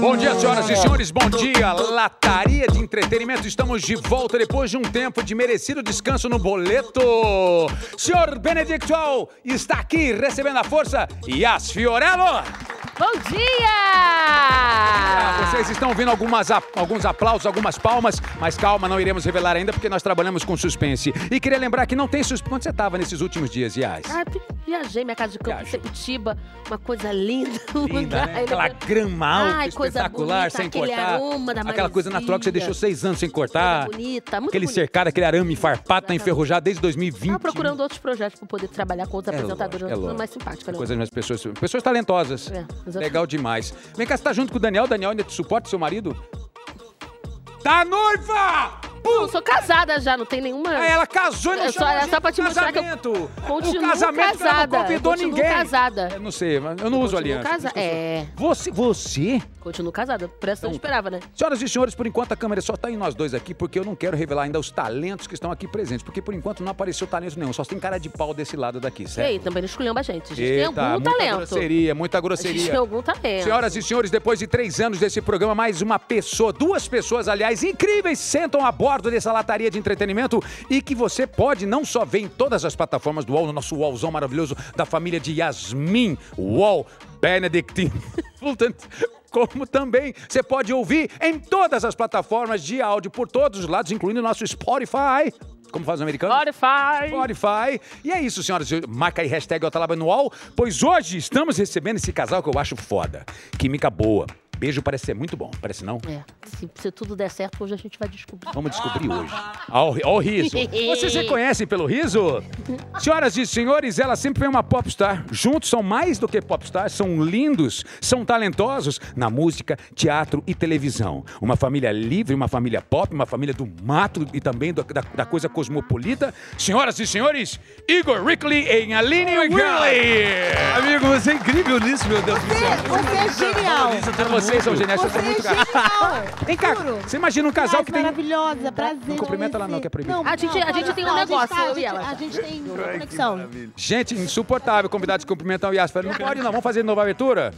Bom dia, senhoras e senhores. Bom dia, lataria de entretenimento. Estamos de volta depois de um tempo de merecido descanso no boleto. Senhor Benedictual está aqui recebendo a força. Yas Fiorello. Bom dia! Ah, Vocês estão ouvindo algumas a- alguns aplausos, algumas palmas, mas calma, não iremos revelar ainda porque nós trabalhamos com suspense. E queria lembrar que não tem suspense. Onde você estava nesses últimos dias, Yas? Ai, pi- viajei minha casa de campo Viajou. Sepitiba, uma coisa linda. um Linda, lugar, né? Aquela grama alta, Ai, coisa espetacular, bonita, sem aquele cortar. aroma da aquela coisa natural que você maresia. deixou seis anos sem Coisa cortar. bonita, muito Aquele bonita. cercado, aquele arame farpado, tá Exatamente. enferrujado desde 2020. Tava procurando outros projetos pra poder trabalhar com outra É apresentadora, lógico, é uma lógico. mais simpática, né? Coisas mais pessoas, pessoas talentosas. É, exatamente. Legal demais. Vem cá, você tá junto com o Daniel? O Daniel ainda te suporta, seu marido? Tá noiva! Eu Puta! sou casada já, não tem nenhuma. Aí Ah, Ela casou e não É só- chamou a é gente só pra te pro mostrar que eu casamento. continuo o casamento que ela casada, não eu convidou continuo ninguém. casada. Eu não sei, mas eu não uso Continuo aliança. por casa- isso que eu é. sou- Então, Você, você Continuo casada, por essa eu não esperava, né? Senhoras e senhores, por enquanto a câmera só está em nós dois aqui, porque eu não quero revelar ainda os talentos que estão aqui presentes, porque por enquanto não apareceu talento nenhum, só tem cara de pau desse lado daqui, E aí, certo? também não esculhamba a gente. A gente tem é. Eita, algum muita talento. grosseria, muita A gente tem grosseria. algum talento. Senhoras e senhores, depois de três anos desse programa, mais uma pessoa, duas pessoas, aliás, incríveis, sentam a bordo dessa lataria de entretenimento e que você pode não só ver em todas as plataformas do UOL, no nosso UOLzão maravilhoso da família de Yasmin UOL Benedictine Fulton. Como também você pode ouvir em todas as plataformas de áudio por todos os lados, incluindo o nosso Spotify. Como faz o americano? Spotify. Spotify. E é isso, senhoras e senhores. Marca aí hashtag Otalaba no UOL, pois hoje estamos recebendo esse casal que eu acho foda. Química boa. Beijo parece ser muito bom, parece não? É, se, se tudo der certo, hoje a gente vai descobrir. Vamos descobrir hoje. Ó, o- ó o riso. Vocês reconhecem pelo riso? Senhoras e senhores, ela sempre foi uma popstar. Juntos são mais do que popstars, são lindos, são talentosos na música, teatro e televisão. Uma família livre, uma família pop, uma família do mato e também do- da, da coisa cosmopolita. Senhoras e senhores, Igor Rickley em Aline Whirley. Amigo, você é incrível nisso, meu Deus do céu. Você é genial. Vocês são geniais, vocês Você são é muito genial. gatos. Vem cá, Juro. você imagina um casal que tem... maravilhosa, prazer. não cumprimenta ela não, que é proibido. A gente- a gente tem um não, a gente negócio, tá- eu a e gente- ela, tá? A gente tem conexão. Gente, insuportável convidar de cumprimentar o Yas. Falei, não pode não, vamos fazer de novo a abertura?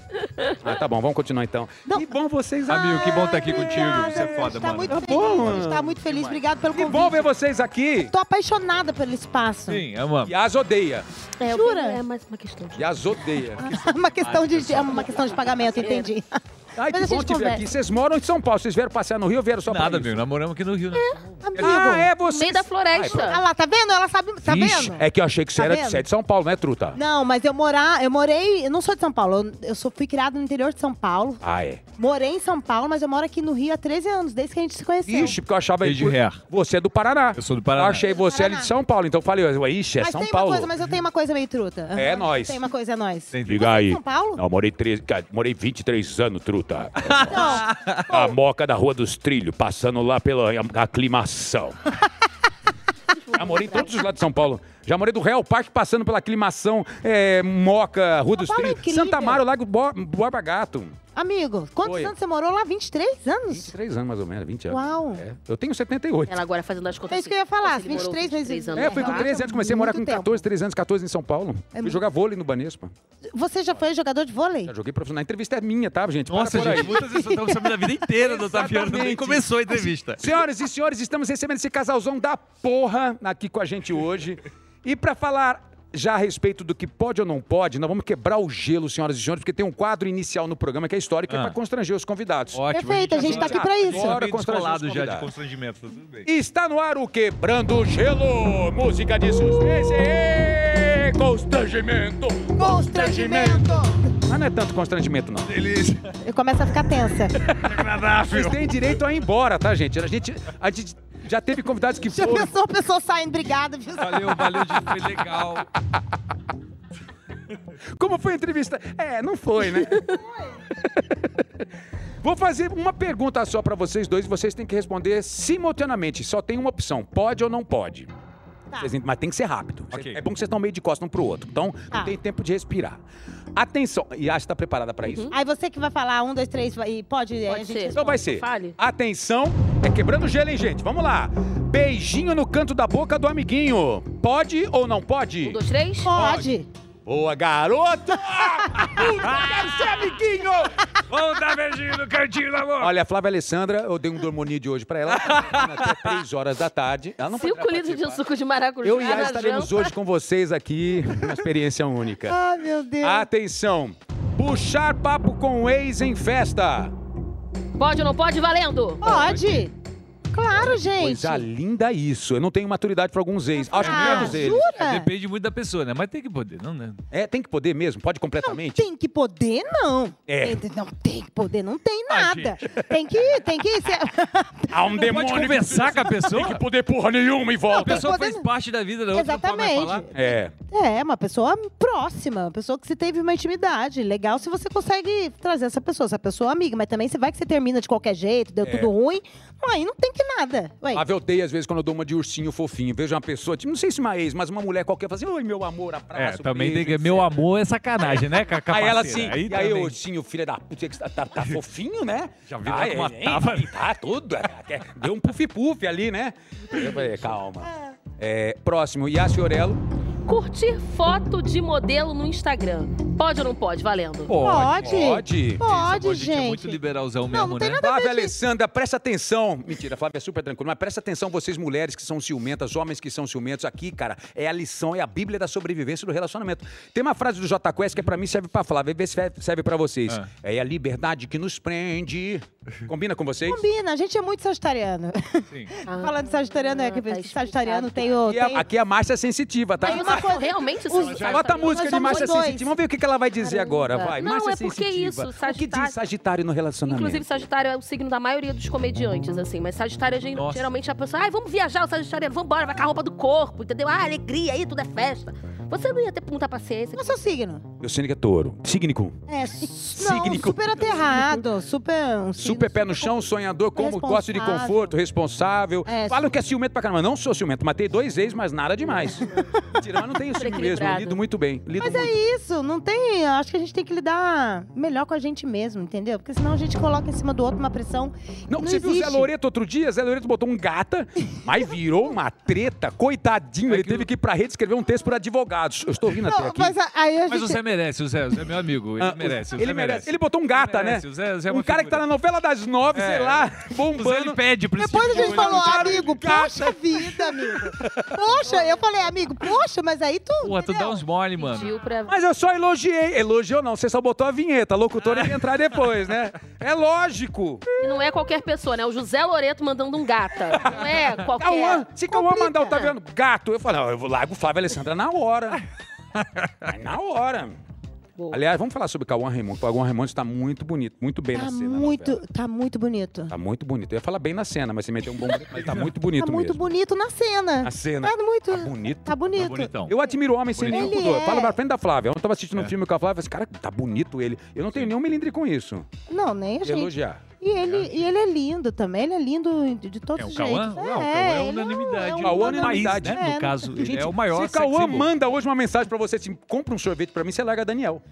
Ah, tá bom, vamos continuar então. Não. Ah, Que bom vocês Amigo, que bom estar aqui Obrigada, contigo. Você é a foda, gente tá mano. muito feliz. bom, a gente tá muito feliz. Obrigado pelo Que bom ver convite. vocês aqui. Tô apaixonada pelo espaço. Sim, é amamos. Yas odeia. É, eu Jura? tenho- É mais uma questão. de- Yas odeia. É uma questão de é uma questão de pagamento, entendi. Ah, Ai, que Mas a bom gente te ver conversa. aqui. Vocês moram em São Paulo. Vocês vieram passear no Rio ou vieram só Nada, pra isso? amigo. Namoramos aqui no Rio. né? Amigo. Ah, é No vocês. meio da floresta. Ah lá, tá vendo? Ela sabe, tá Ixi, vendo? é que eu achei que você Tá era vendo? de, você é de São Paulo, né, Truta? Não, mas eu morar, eu morei, eu não sou de São Paulo, eu, eu sou, fui criada no interior de São Paulo, Ah, é. morei em São Paulo, mas eu moro aqui no Rio há 13 anos, desde que a gente se conheceu. Ixi, porque eu achava... Desde Rer. Você é do Paraná. Eu sou do Paraná. Eu achei você Paraná. ali de São Paulo. Então eu falei, ué, ixi, é mas São tem Paulo. uma coisa, mas eu tenho uma coisa meio truta. É Aham. nóis. Tem uma coisa, é nóis. Entendi. Liga aí. São Paulo? Não, morei, 13, cara, morei 23 anos, truta. Então, A moca da Rua dos Trilhos, passando lá pela aclimação. Já morei em todos os lados de São Paulo. Já morei do Real Parque, passando pela aclimação, é, Moca, Rua dos Paulo é Trilhos, incrível. Santa Amaro, Lago Bo- Borba Gato. amigo, quantos Oi. anos você morou lá? 23 anos? 23 anos, mais ou menos, 20 anos. Uau. É, eu tenho 78. Ela agora fazendo as contas. É isso que eu ia falar, se ele morou 23 vezes- anos. É, eu fui com 13 anos, comecei a morar com Muito tempo. É 14, 13 anos, 14 em São Paulo. Fui muito- jogar vôlei no Banespa. Você já foi jogador de vôlei? Já joguei profissional. A entrevista é minha, tá, gente? Para Nossa, por gente, aí. muitas vezes eu tava sabendo a vida inteira do Otaviano. Nem Exatamente. começou a entrevista. Senhoras e senhores, estamos recebendo esse casalzão da porra aqui com a gente hoje. E pra falar já a respeito do que pode ou não pode, nós vamos quebrar o gelo, senhoras e senhores, porque tem um quadro inicial no programa que é histórico, que é Ah. pra constranger os convidados. Ótimo. Perfeito, a gente tá aqui pra isso. Agora Bora constranger os descolado já de convidados. constrangimento, tá tudo bem. E Está no ar o Quebrando o Gelo, música de suspense e constrangimento. Mas não é tanto constrangimento, não. Eles... Eu começo a ficar tensa. Vocês Agradável. têm direito a ir embora, tá, gente? A gente, a gente já teve convidados que Já foram... pensou a pessoa saindo, obrigada. viu? Valeu, valeu, gente. Foi legal. Como foi a entrevista? É, não foi, né? Vou fazer uma pergunta só pra vocês dois e vocês têm que responder simultaneamente. Só tem uma opção: pode ou não pode. Tá. Vocês ent- Mas tem que ser rápido. Ok. É bom que vocês estão meio de costas um pro outro. Então, não Tá. tem tempo de respirar. Atenção. E acho que tá preparada pra isso. Aí você que vai falar, um, dois, três, vai- e pode... é, Pode a ser. gente... Então vai ser. Fale. Atenção. É quebrando gelo, hein, gente? Vamos lá. Beijinho no canto da boca do amiguinho. Pode ou não pode? Um, dois, três. Pode. Boa, garoto! Ah, Puta, quero ser amiguinho! Vamos dar beijinho no cantinho da boca. Olha, a Flávia Alessandra, eu dei um dormonide hoje pra ela. ela tá dormindo até 3 horas da tarde. Ela não Cinco poderá litros de participar. suco de maracujá. Eu e a na estaremos janta. hoje com vocês aqui, uma experiência única. Ah, meu Deus. Atenção! Puxar papo com o ex em festa. Pode ou não pode? Valendo! Pode. Claro, gente. Coisa linda isso. Eu não tenho maturidade pra alguns ex. Acho que Ah, todos eles. jura? Depende muito da pessoa, né? Mas tem que poder, não, né? É, tem que poder mesmo? Pode Não completamente? tem que poder, não. É. Tem- Não tem que poder, não tem Ah, nada. tem que, tem que ser... Há um Pode conversar com a pessoa? Tem que poder porra nenhuma em A volta. pessoa podendo- faz parte da vida da outra, não pode mais Exatamente. falar. É. É, uma pessoa próxima, uma pessoa que você teve uma intimidade. Legal se você consegue trazer essa pessoa, essa pessoa é amiga. Mas também você vai que você termina de qualquer jeito, É. deu tudo ruim. Aí não tem que nada. Ué, Flávia, eu odeio às vezes quando eu dou uma de ursinho fofinho. Vejo uma pessoa, tipo, não sei se uma ex, mas uma mulher qualquer, fala assim, oi, meu amor, É, abraço, também tem beijo, que. Meu etc. amor é sacanagem, né? Com a Aí ela assim, assim. e aí, ursinho, filha da puta, que tá, tá, tá fofinho, né? Já vi lá Ai, com uma hein, tava. né? hein, Tá tudo, é, até deu um puff-puff ali, né? Eu falei, calma. É, próximo, Yas Fiorello. Curtir foto de modelo no Instagram. Pode ou não pode? Valendo. Pode. Pode. Pode, É muito gente. liberalzão Não, mesmo, não tem né? nada a Flávia ver. gente. Alessandra, presta atenção. Mentira, a Flávia é super tranquila, mas presta atenção, vocês mulheres que são ciumentas, homens que são ciumentos, aqui, cara, é a lição, é a bíblia da sobrevivência do relacionamento. Tem uma frase do J Quest que pra mim serve pra Flávia, vê se serve pra vocês. Ah. É a liberdade que nos prende. Combina com vocês? Combina, a gente é muito sagitariano. Sim. Ah, Falando de sagitariano, é que tá sagitariano explicado. tem o... Aqui, é, tem- aqui é a Márcia Sensitiva, tá? Mas uma vocês coisa- realmente os- são Bota a música Nós de somos Márcia dois. Sensitiva. Vamos ver o que que ela vai dizer agora. Vai. Não, Márcia é porque Sensitiva. isso, O que diz Sagitário- Sagitário no relacionamento? Inclusive, Sagitário é o signo da maioria dos comediantes, assim. Mas Sagitário, a gente- Nossa. geralmente, a pessoa... Ai, vamos viajar, o Sagitário, vamos embora, vai com a roupa do corpo, entendeu? Ah, alegria, aí tudo é festa. Você não ia ter muita paciência. Qual é o seu signo? Meu signo é touro. Signico. É, s- não, Signico. super aterrado, super... um signo Super pé no é chão, sonhador, como gosto de Responsável. conforto, responsável. É, Falam que é ciumento pra caramba. Não sou ciumento. Matei dois ex, mas nada demais. Mentira, mas não tenho ciúme mesmo. eu Equilibrado. Lido muito bem. Lido Mas muito bem. é isso, não tem. eu Acho que a gente tem que lidar melhor com a gente mesmo, entendeu? Porque senão a gente coloca em cima do outro uma pressão. Não, que você viu o Zé existe. Loreto outro dia? Zé Loreto botou um gata, mas virou uma treta. Coitadinho, É ele que teve o- que ir pra rede escrever um texto por advogados. Eu estou rindo até Não, aqui. mas a- aí a Mas o gente. Zé merece, o Zé, o Zé é meu amigo. Ele Ah, o- merece. o ele Zé merece. Ele botou um gata, né? merece, O Zé, o Zé é um uma cara que tá na figura. novela. novela das nove, É. sei lá, O Zé ele bombando. pede pra esse Depois a tipo de gente "Ah, coisa, falou, não quero- amigo, poxa vida, amigo. Poxa, eu falei, amigo, poxa, mas aí tu. Porra, tu dá um entendeu? tá uns mole, mano. Pediu pra... Mas eu só elogiei. Elogiou não, você só botou a vinheta. A locutora Ah. ia entrar depois, né? É lógico. E não é qualquer pessoa, né? O José Loreto mandando um gata. Não é Cauã, qualquer... se Cauã Complica. mandar o Taviano gato, eu falo, não, eu vou largo o Flávio Alessandra na hora. Mas na hora. Boa. Aliás, vamos falar sobre Cauã Raimundo. Cauã Raimundo está muito bonito, muito bem Tá na cena. na novela. muito, tá muito bonito. Tá muito bonito. Eu ia falar bem na cena, mas você meteu um bom. Mas tá muito bonito Tá muito mesmo. bonito na cena. A cena. Tá muito. Tá bonito. Tá Tá bonito. bonitão. Eu admiro homem sem Bonito. nenhum Ele pudor. é. Fala pra frente da Flávia. Ontem eu tava assistindo um É. filme com a Flávia e falei, cara, tá bonito ele. Eu não tenho nenhum melindre com isso. Não, nem a De gente. elogiar. E ele, e ele é lindo também, ele é lindo de, de todos É, o os Cauã? jeitos. Não, o Cauã é ele unanimidade. um- Cauã um é unanimidade, anonimidade, né? é, No caso, ele é o maior se Cauã sex symbol. manda hoje uma mensagem pra você, assim, compra um sorvete pra mim, você larga Daniel.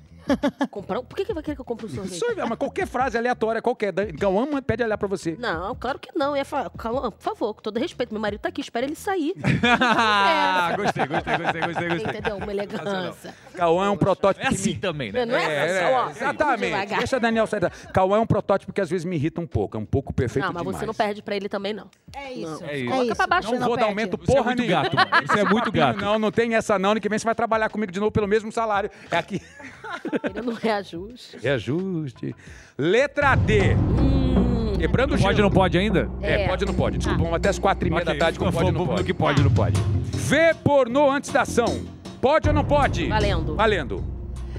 Comprar um- Por que que vai querer que eu compre um sorvete? Sorvete, mas qualquer frase aleatória, qualquer. Dan- Cauã manda- pede olhar pra você. Não, claro que não. Eu ia falar, calma, por favor, com todo respeito, meu marido tá aqui, espera ele sair. Ah, gostei, gostei, gostei, gostei, gostei. Entendeu? Uma elegância. Cauã é um protótipo É que assim me... também, Não né? não é, É, é, ó. exatamente. devagar. Deixa Daniel sair da... Cauã é um protótipo que às vezes me irrita um pouco. É um pouco perfeito Não, mas demais. você não perde pra ele também, não. É isso. É isso. É Coloca isso. pra baixo, Você Não vou dar perde. aumento Você é porra muito nenhuma. gato, mano. Você é muito Papinho, gato. Não, não tem essa não. Ano que vem você vai trabalhar comigo de novo pelo mesmo salário. É aqui. Ele não reajuste. Reajuste. Letra D. Quebrando o Pode gelo. ou não pode ainda? É, É. pode ou não pode. Desculpa, vamos até as quatro e meia da Ok, tarde com pode ou não vamos no pode. Tá. que pode ou não pode. Vê pornô antes da ação. Pode ou não pode? Valendo. Valendo.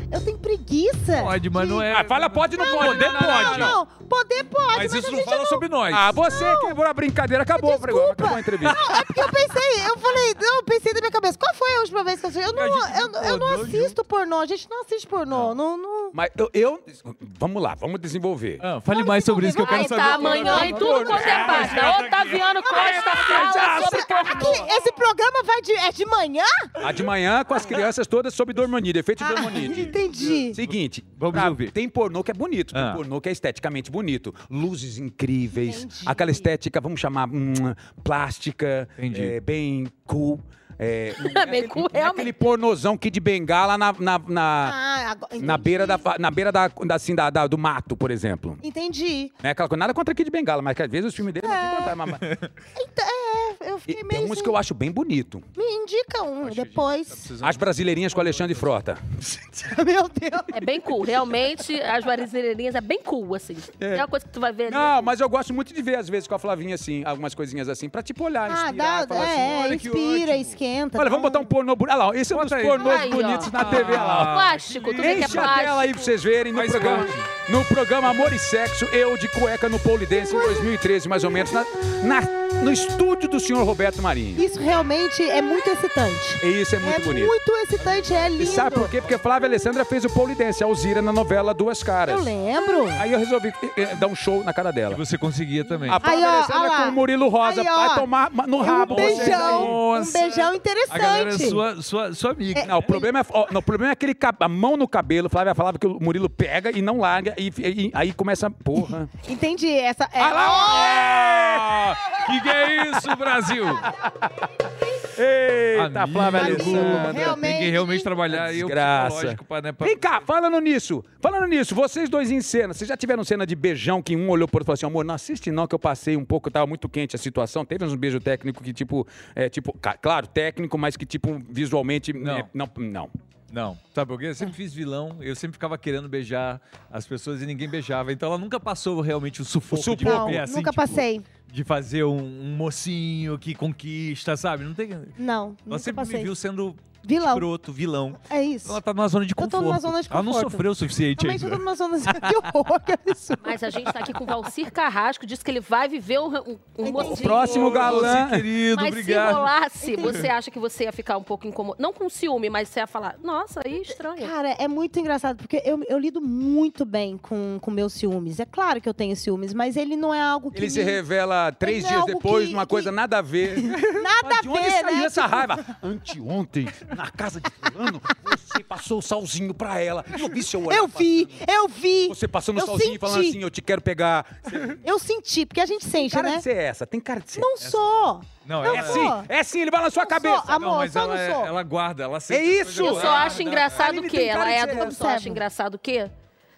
Eu tenho preguiça. Pode, mas não é. Ah, fala pode ou não pode? poder Não, não, não, pode. Não, poder pode, né? Mas mas, isso a não gente fala sobre nós. Ah, você quebrou a brincadeira. Acabou o programa, Desculpa. acabou a entrevista. É porque eu pensei, eu falei, não, eu pensei na minha cabeça. Qual foi a última vez que eu assisti? Eu não, A gente eu, eu não pornô assisto pornô, a gente não assiste pornô. Não, não. Mas eu, eu- Vamos lá, vamos desenvolver. Ah, fale mais sobre isso que eu quero Ai, saber. tá, amanhã em tudo quanto é pasta. Otaviano Costa fala sobre pornô. Aqui, esse programa vai de, é de manhã? A de manhã com as crianças todas sob dormonide, efeito Ah. dormonide. entendi. Seguinte, Vamos pra- ouvir. tem pornô que é bonito, tem Ah. pornô que é esteticamente bonito. Luzes incríveis, Entendi. aquela estética, vamos chamar, hum, plástica, Entendi. é, bem cool. É, não é Bem aquele, cool, não é realmente. aquele pornozão que de bengala na, na, na, Ah, agora- na beira, da, fa- na beira da, da- assim, da- da- do mato, por exemplo. Entendi. Não é aquela coisa, nada contra Kid Bengala, mas que às vezes os filmes dele não É. tem vontade, mas- mas- Então, é, eu E fiquei Tem meio. uns assim, que eu tá acho bem bonito. Me indica um depois. As brasileirinhas com Alexandre Frota. Meu Deus. É bem cool, realmente, as brasileirinhas é bem cool, assim. É. uma coisa que tu vai ver ali. Não, mas eu gosto muito de ver, às vezes, com a Flavinha, assim, algumas coisinhas assim, pra tipo olhar, Ah, inspirar, dá, falar assim, é, olha que inspira, ótimo. esquenta. Olha, dá vamos botar um pornô bonito. Olha lá, esse é um dos Bota aí. pornôs Aí, ó. bonitos na TV, olha lá. ó. um Plástico, tu vê que é Enche a plástico. tela aí pra vocês verem no Mas programa, no programa Amor e Sexo, eu de cueca no pole dance em 2013, mais ou menos, na- na- no estúdio do senhor Roberto Marinho. Isso realmente é muito excitante. E isso é muito é bonito. muito excitante, é lindo. E sabe por quê? Porque a Flávia Alessandra fez o pole dance, a Alzira, na novela Duas Caras. Eu lembro. Aí eu resolvi eh, eh, dar um show na cara dela. né? Você conseguia também. A Flávia Aí, ó, Alessandra olha lá. né, com o Murilo Rosa Aí, ó. vai tomar ma- no rabo Um vocês aí. beijão. Um Nossa. beijão A galera é interessante. sua, sua, sua amiga. Não, o problema é, ó, não, o problema é aquele cab- a mão no cabelo. Flávia falava que o Murilo pega e não larga e, e- e aí começa a porra. Entendi. Essa é. Olha lá! Ah, Que que é isso, Brasil? É! Eita, Amigo, Flávia Amigo, Alessandra. realmente. Tem que realmente trabalhar aí o Desgraça. psicológico pra, né, pra... Vem cá, falando nisso, falando nisso, vocês dois em cena, vocês já tiveram cena de beijão que um olhou pro outro e falou assim, amor, não assiste não que eu passei um pouco, tava muito quente a situação, teve uns beijo técnico que tipo, é, tipo, ca- claro, técnico, mas que tipo, visualmente, Não. é, não, não. Não, sabe por quê? Eu sempre fiz vilão, eu sempre ficava querendo beijar as pessoas e ninguém beijava. Então ela nunca passou realmente o sufoco, O sufoco. de Não, viver assim, nunca tipo, é passei. De fazer um, um mocinho que conquista, sabe? Não tem. Não, Ela nunca sempre me passei. viu sendo tipo, Vilão. escroto, vilão. É isso. Ela tá numa zona de tô numa conforto. zona de Ela não conforto. sofreu o suficiente Realmente eu tô né? ainda. numa zona que horror, que absurdo. Mas a gente tá aqui com o Valcir Carrasco, disse que ele vai viver um, um, um Entendi. mocinho. Próximo galã. Você, querido, Mas se obrigado. rolasse, você acha que você ia ficar um pouco incomodado? Não com ciúme, mas você ia falar, nossa, aí estranho. Cara, é muito engraçado, porque eu, eu lido muito bem com, com meus ciúmes. É claro que eu tenho ciúmes, mas ele não é algo que. Ele se me- revela três Tem dias algo depois, que- uma que- coisa nada a ver. Nada a Mas de onde ver, saiu né? essa raiva? Anteontem, na casa de fulano, você passou o salzinho pra ela. Eu vi seu olhar Eu vi, eu vi. Você passando o eu salzinho e senti, falando assim, eu te quero pegar. Você- Eu senti, porque a gente sente, Cara né? de ser essa, tem cara de ser. Não sou. Não, Não é ela- sou. sim, é sim, ele vai na sua Não cabeça. sou, amor, não, mas só ela, não é- sou. ela guarda, ela É aceita. isso! Eu só acho engraçado Aline o quê? tem cara Ela de é ser adulta, essa. só acha engraçado o quê?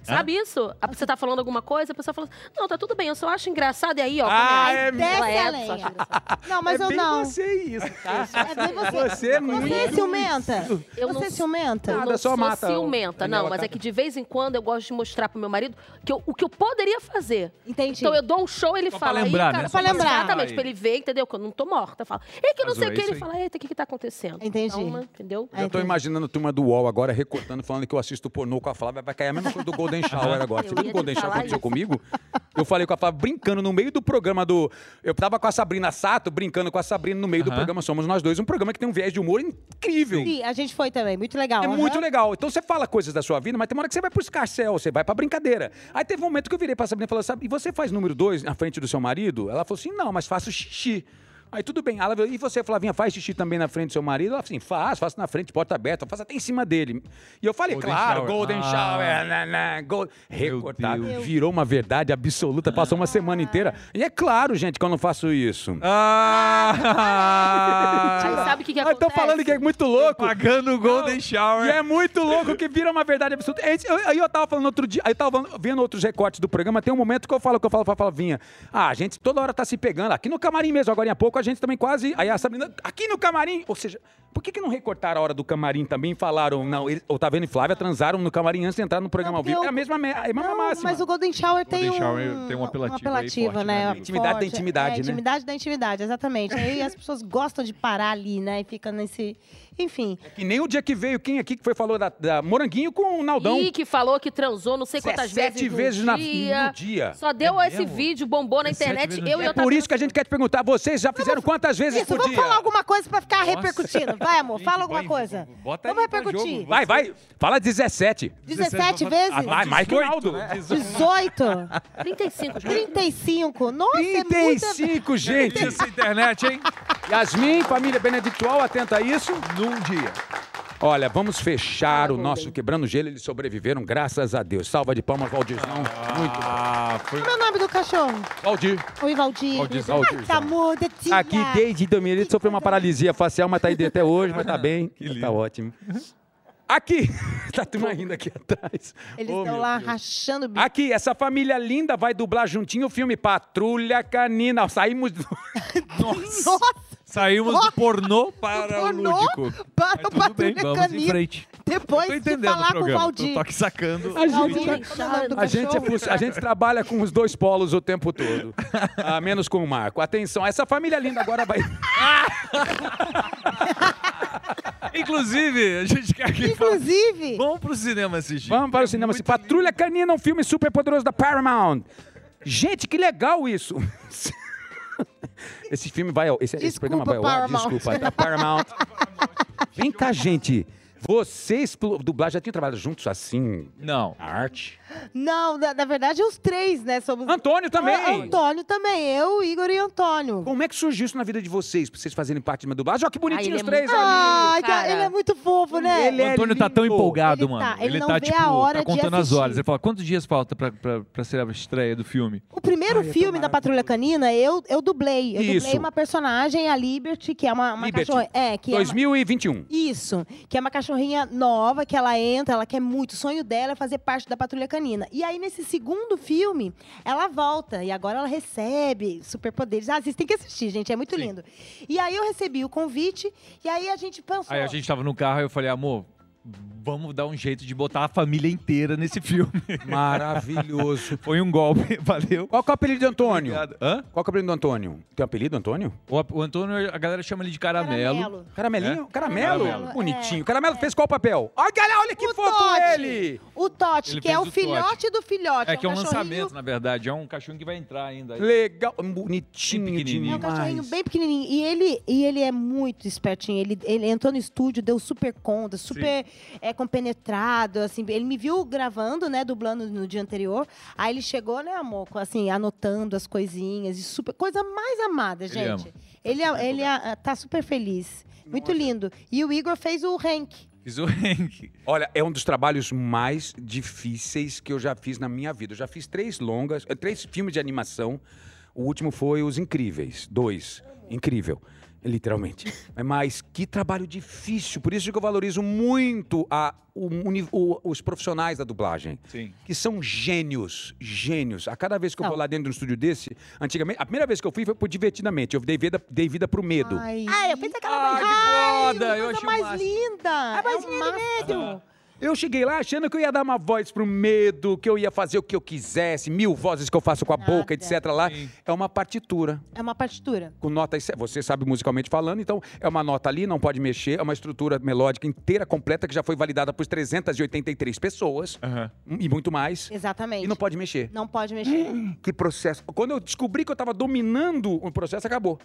Sabe isso? A- Você tá falando alguma coisa, a pessoa fala assim, não, tá tudo bem, eu só acho engraçado, e aí, ó, Ah, começa. é Desce a só acha lenha. engraçado. Não, mas é eu bem não. você isso, tá? É bem você. Você é muito... Você ciumenta? Eu não você é sou- ciumenta? Eu Nada, não só sou mata o- ciumenta, Daniela não, mas é Tata. que de vez em quando eu gosto de mostrar pro meu marido que eu- o que eu poderia fazer. Entendi. Então eu dou um show, ele Só pra fala. "Ih, lembrar, cara, né? Só pra lembrar. Exatamente, Aí. pra ele ver, entendeu? Que eu não tô morta. Fala. É que eu não Mas sei é o que isso ele aí. fala. Eita, o que que tá acontecendo? Entendi. Calma, entendeu? É. Eu tô imaginando a turma do UOL agora recortando, falando que eu assisto pornô com a Flávia. Vai cair a mesma coisa do Golden Shower agora. Eu Você viu ia que o te Golden Shower falar aconteceu isso. comigo? Eu falei com a Flávia brincando no meio do programa do. Eu tava com a Sabrina Sato brincando com a Sabrina no meio do Aham. programa Somos Nós Dois. Um programa que tem um viés de humor incrível. Sim, a gente foi também. Muito legal. É aham. muito legal. Então você fala coisas da sua vida, mas tem uma hora que você vai pro escarcel, você vai pra brincadeira. Aí teve um momento que eu virei pra Sabrina e falei, sabe, e você faz número dois na frente do seu marido? Ela falou assim, não, mas faço xixi. Aí tudo bem. Ela falou, e você, Flavinha, faz xixi também na frente do seu marido? Ela falou assim, faz, faço na frente, porta aberta, faço até em cima dele. E eu falei, Golden claro, shower. Golden Ah. Shower, é, na, na, gold... recortado. Deus. Virou uma verdade absoluta, passou Ah. uma semana inteira. E é claro, gente, que eu não faço isso. Aí Ah! sabe o que, que Ah, acontece? Estão falando que é muito louco. Pagando o Golden Shower. E é muito louco que vira uma verdade absoluta. Aí eu, aí eu tava falando outro dia, aí eu tava vendo outros recortes do programa, tem um momento que eu falo que eu falo pra Flavinha, ah, a gente toda hora tá se pegando, aqui no camarim mesmo, agora em pouco a gente também quase, aí a Sabrina, aqui no camarim, ou seja, por que que não recortaram a hora do camarim também e falaram, não, ele, Otávio e Flávia transaram no camarim antes de entrar no programa Não, ao vivo, porque é o- a mesma, me- a mesma Não, máxima. mas o Golden Shower tem Golden um, Shower tem um apelativo aí forte, né, né? amigo? Intimidade da Forte. intimidade, é, né? Intimidade da intimidade, exatamente. Aí as pessoas gostam de parar ali, né? E fica nesse... Enfim. Que nem o dia que veio, quem aqui que foi falou da, da Moranguinho com o Naldão, Ih, que falou que transou não sei quantas vezes. sete no vezes na- no dia. Só deu É esse mesmo? vídeo, bombou na Dezessete internet. vezes Eu no e dia. eu é por isso que a gente quer te perguntar, vocês já fizeram quantas vezes Isso, por vamos dia? falar alguma coisa pra ficar Nossa. repercutindo. Vai, amor, Gente, fala alguma vai, coisa. bota aí vamos pra repercutir. jogo, Vai, vai, fala 17. 17 vezes? Ah, vai, mais que o Naldo. né? 18? 35. 35? Nossa, é muita... 35, gente! Essa internet, hein? Yasmin, família Benedictual, atenta a isso. Num dia. Olha, vamos fechar Ah, o bom, nosso bem. Quebrando Gelo. Eles sobreviveram, graças a Deus. Salva de palmas, Valdizão. Muito bom. Ah, foi. Como é o nome do cachorro? Valdir. O Ivaldir. Valdir, Ai, Valdir. que amor de tia. Aqui, desde 2008, sofreu uma paralisia facial, mas tá aí até hoje, mas tá bem. lindo. Tá ótimo. Aqui! Tá tudo ainda aqui atrás. Eles Oh, estão meu lá Deus. rachando o bico. Aqui, essa família linda vai dublar juntinho o filme Patrulha Canina. Saímos do... Nossa! Saímos do pornô para Tornou o lúdico. para a Mas tudo bem, patrulha vamos em canina. frente. Tô Depois de entendendo falar o com o programa. Valdir. Tô aqui sacando. A gente- Valdir, como é o nome do A gente, é cachorro? fu- a gente trabalha com os dois polos o tempo todo. Ah, menos com o Marco. Atenção, essa família linda agora vai. Inclusive, a gente quer que fala. Inclusive, Vamos pro cinema assistir. Vamos para É o cinema. Se muito Patrulha Canina, um filme super poderoso da Paramount. Gente, que legal isso! Esse filme vai ao. Esse, esse Desculpa, programa vai ao ar, Paramount. desculpa, da Paramount. Vem cá, gente. Vocês, pelo dublar, já tinham trabalhado juntos assim, lindo. Não. na arte? não, na, na verdade, os três, né? Somos. Antônio também! Ah, Antônio também. Eu, Igor e Antônio. Como é que surgiu isso na vida de vocês, pra vocês fazerem parte de uma dublagem? Olha que Ah, ele bonitinho é os três muito- ali. Ai, cara, cara. ele é muito fofo, né? Ele O é Antônio tá tão lindo. empolgado, Ele tá, mano. ele não tá, vê tipo, a hora tá de contando as assistir. horas. Ele fala, quantos dias falta pra, pra, pra ser a estreia do filme? O primeiro filme da Patrulha Canina, eu, eu dublei. Eu Isso. dublei uma personagem, a Liberty, que é uma, uma Liberty. cachorra. É, que é uma- 2021. Isso, que é uma cachorrinha nova, que ela entra, ela quer muito. O sonho dela é fazer parte da Patrulha Canina. E aí, nesse segundo filme, ela volta. E agora ela recebe superpoderes. Ah, vocês têm que assistir, gente. É muito lindo. E aí, eu recebi o convite. E aí, a gente pensou... Aí a gente tava no carro e eu falei, amor, vamos dar um jeito de botar a família inteira nesse filme. Maravilhoso. Foi um golpe, valeu. Qual que é o apelido de Antônio? Obrigado. Hã? Qual que é o apelido do Antônio? Tem um apelido, Antônio? O, ap- o Antônio, a galera chama ele de caramelo. Caramelinho? Caramelo? É? Caramelo, Bonitinho. Caramelo fez qual papel? Olha, galera, olha que É. o fofo Totti, ele! O Totti, Ele que é fez o o filhote do filhote. É que é um cachorrinho- lançamento, na verdade. É um cachorro que vai entrar ainda. Legal, bonitinho Bem demais. É um cachorrinho bem pequenininho. E ele, e ele é muito espertinho. Ele, ele entrou no estúdio, deu super conta, super é, compenetrado. Assim, ele me viu gravando, né? Dublando no dia anterior. Aí ele chegou, né, amor? com, Assim, anotando as coisinhas. E super, coisa mais amada, Ele gente. ama. Tá Ele, ele, ah, tá super feliz. Muito lindo. E o Igor fez o Hank. Fiz o Henk. Olha, é um dos trabalhos mais difíceis que eu já fiz na minha vida. Eu já fiz três longas, eh, três filmes de animação. O último foi Os Incríveis, dois. Incrível, literalmente. Mas que trabalho difícil. Por isso que eu valorizo muito a- o uni- o- os profissionais da dublagem. Sim. que são gênios, gênios. A cada vez que eu Não. vou lá dentro de um estúdio desse, antigamente, a primeira vez que eu fui foi por divertidamente. Eu dei vida, dei vida pro medo. Ai, Ah, eu fiz aquela Ai, coisa. que que foda! Eu coisa achei o mais máximo. linda! A vozinha do medo! Eu cheguei lá achando que eu ia dar uma voz pro medo, que eu ia fazer o que eu quisesse, mil vozes que eu faço com a Nada. boca, etc. Lá Sim. é uma partitura. É uma partitura. Com notas, ce- você sabe musicalmente falando, então é uma nota ali, não pode mexer, é uma estrutura melódica inteira, completa, que já foi validada por 383 pessoas Aham. e muito mais, Exatamente. e não pode mexer. Não pode mexer. Que processo. Quando eu descobri que eu tava dominando o processo, acabou.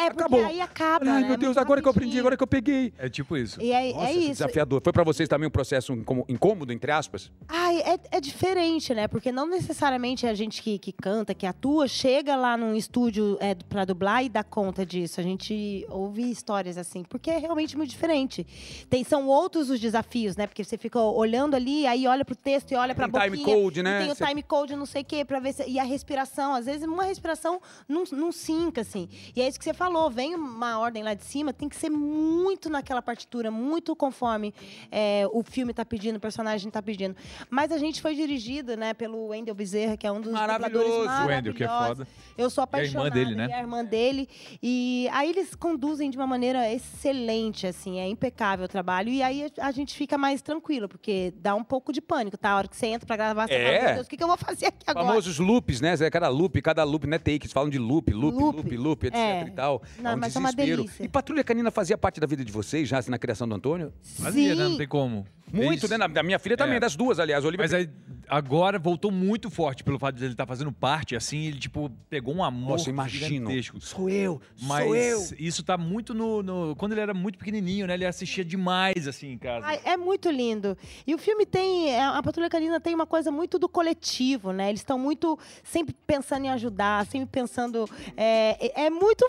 É, porque Acabou. aí acaba. Ai, né? meu É Deus, muito agora que eu aprendi, agora que eu peguei. É tipo isso. E aí, Nossa, é que isso. desafiador. Foi pra vocês também um processo incômo- incômodo, entre aspas? Ai, é, é diferente, né? Porque não necessariamente a gente que, que canta, que atua, chega lá num estúdio é, pra dublar e dá conta disso. A gente ouve histórias assim, porque é realmente muito diferente. Tem, são outros os desafios, né? Porque você fica olhando ali, aí olha pro texto e olha pra um boquinha. time code, e né? Tem o Você- time code, não sei o quê, pra ver se... E a respiração, às vezes uma respiração não, não sinca, assim. E é isso que você falou, vem uma ordem lá de cima, tem que ser muito naquela partitura, muito conforme é, o filme tá pedindo, o personagem tá pedindo. Mas a gente foi dirigido, né, pelo Wendel Bezerra, que é um dos Maravilhoso, dubladores maravilhosos. Wendel, que é foda. Eu sou E a irmã apaixonada. dele, né? ele é a irmã dele. E aí eles conduzem de uma maneira excelente, assim, é impecável o trabalho. E aí a gente fica mais tranquilo, porque dá um pouco de pânico, tá? A hora que você entra pra gravar, você fala, É. meu Deus, o que, que eu vou fazer aqui agora? Famosos loops, né? Zé? Cada loop, cada loop, né? Takes, falam de loop, loop, Loop. loop, loop, etc É. e tal. Não, é um mas é uma desespero. delícia. e Patrulha Canina fazia parte da vida de vocês, já assim, na criação do Antônio? Fazia, né? Sim. Não tem como. Muito, Isso. né? Da- Da minha filha também, É. das duas, aliás. Olivia Mas aí, agora voltou muito forte pelo fato de ele estar fazendo parte, assim, ele, tipo, pegou um amor Nossa, imagino. gigantesco. Sou eu, Mas sou eu. isso tá muito no, no- Quando ele era muito pequenininho, né? Ele assistia demais, assim, em casa. Ai, é muito lindo. E o filme tem. é, A Patrulha Canina tem uma coisa muito do coletivo, né? Eles estão muito sempre pensando em ajudar, sempre pensando. É, é- é muito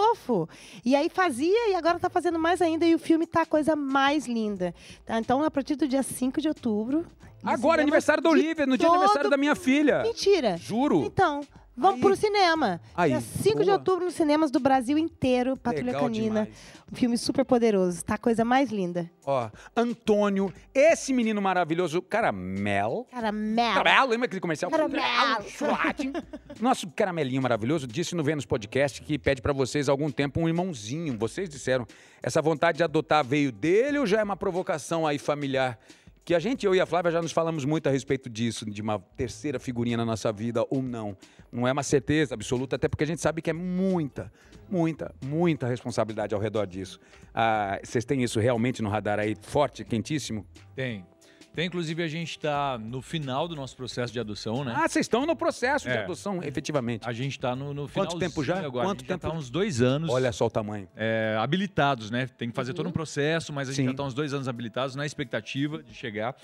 fofo. E aí fazia e agora tá fazendo mais ainda. E o filme tá a coisa mais linda. Tá? Então, a partir do dia 5 de outubro, Agora, é cinema aniversário da de Olivia, no dia do todo- aniversário da minha filha. Mentira. Juro. Então, vamos Aí. pro cinema. Aí, Dia 5 de boa. outubro nos cinemas do Brasil inteiro, Patrulha Legal Canina. demais. Um filme super poderoso, tá? A Coisa mais linda. Ó, Antônio, esse menino maravilhoso, caramel. Caramelo. Caramelo, lembra aquele comercial? Caramelo. chocolate. Nosso caramelinho maravilhoso disse no Vênus Podcast que pede pra vocês há algum tempo um irmãozinho. Vocês disseram, essa vontade de adotar veio dele ou já é uma provocação aí familiar? Que a gente, eu e a Flávia, já nos falamos muito a respeito disso, de uma terceira figurinha na nossa vida ou não. Não é uma certeza absoluta, até porque a gente sabe que é muita, muita, muita responsabilidade ao redor disso. Ah, vocês têm isso realmente no radar aí, forte, quentíssimo? Tem. Tem, inclusive, a gente está no final do nosso processo de adoção, né? Ah, vocês estão no processo de É. adoção, efetivamente. A gente está no, no final. Quanto tempo já? Agora. Quanto a gente já tempo? tá uns dois anos. Olha só o tamanho. é, habilitados, né? Tem que fazer todo um processo, mas a gente Sim. já está uns dois anos habilitados na expectativa de chegar.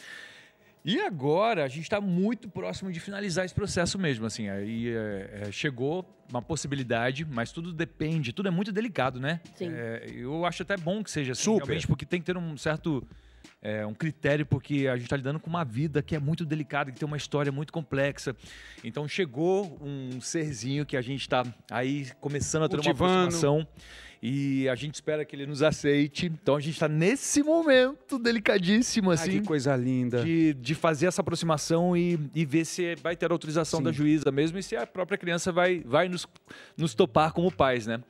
E agora a gente está muito próximo de finalizar esse processo mesmo, assim. Aí é, é, chegou uma possibilidade, mas tudo depende, tudo é muito delicado, né? Sim. É, eu acho até bom que seja assim, Super. realmente, porque tem que ter um certo é, um critério, porque a gente está lidando com uma vida que é muito delicada, que tem uma história muito complexa. Então chegou um serzinho que a gente está aí começando a ter uma Cultivando. aproximação e a gente espera que ele nos aceite. Então a gente está nesse momento delicadíssimo, Ai, assim. Ah, que coisa linda. de, de fazer essa aproximação e, e ver se vai ter autorização Sim. da juíza mesmo e se a própria criança vai, vai nos, nos topar como pais, né?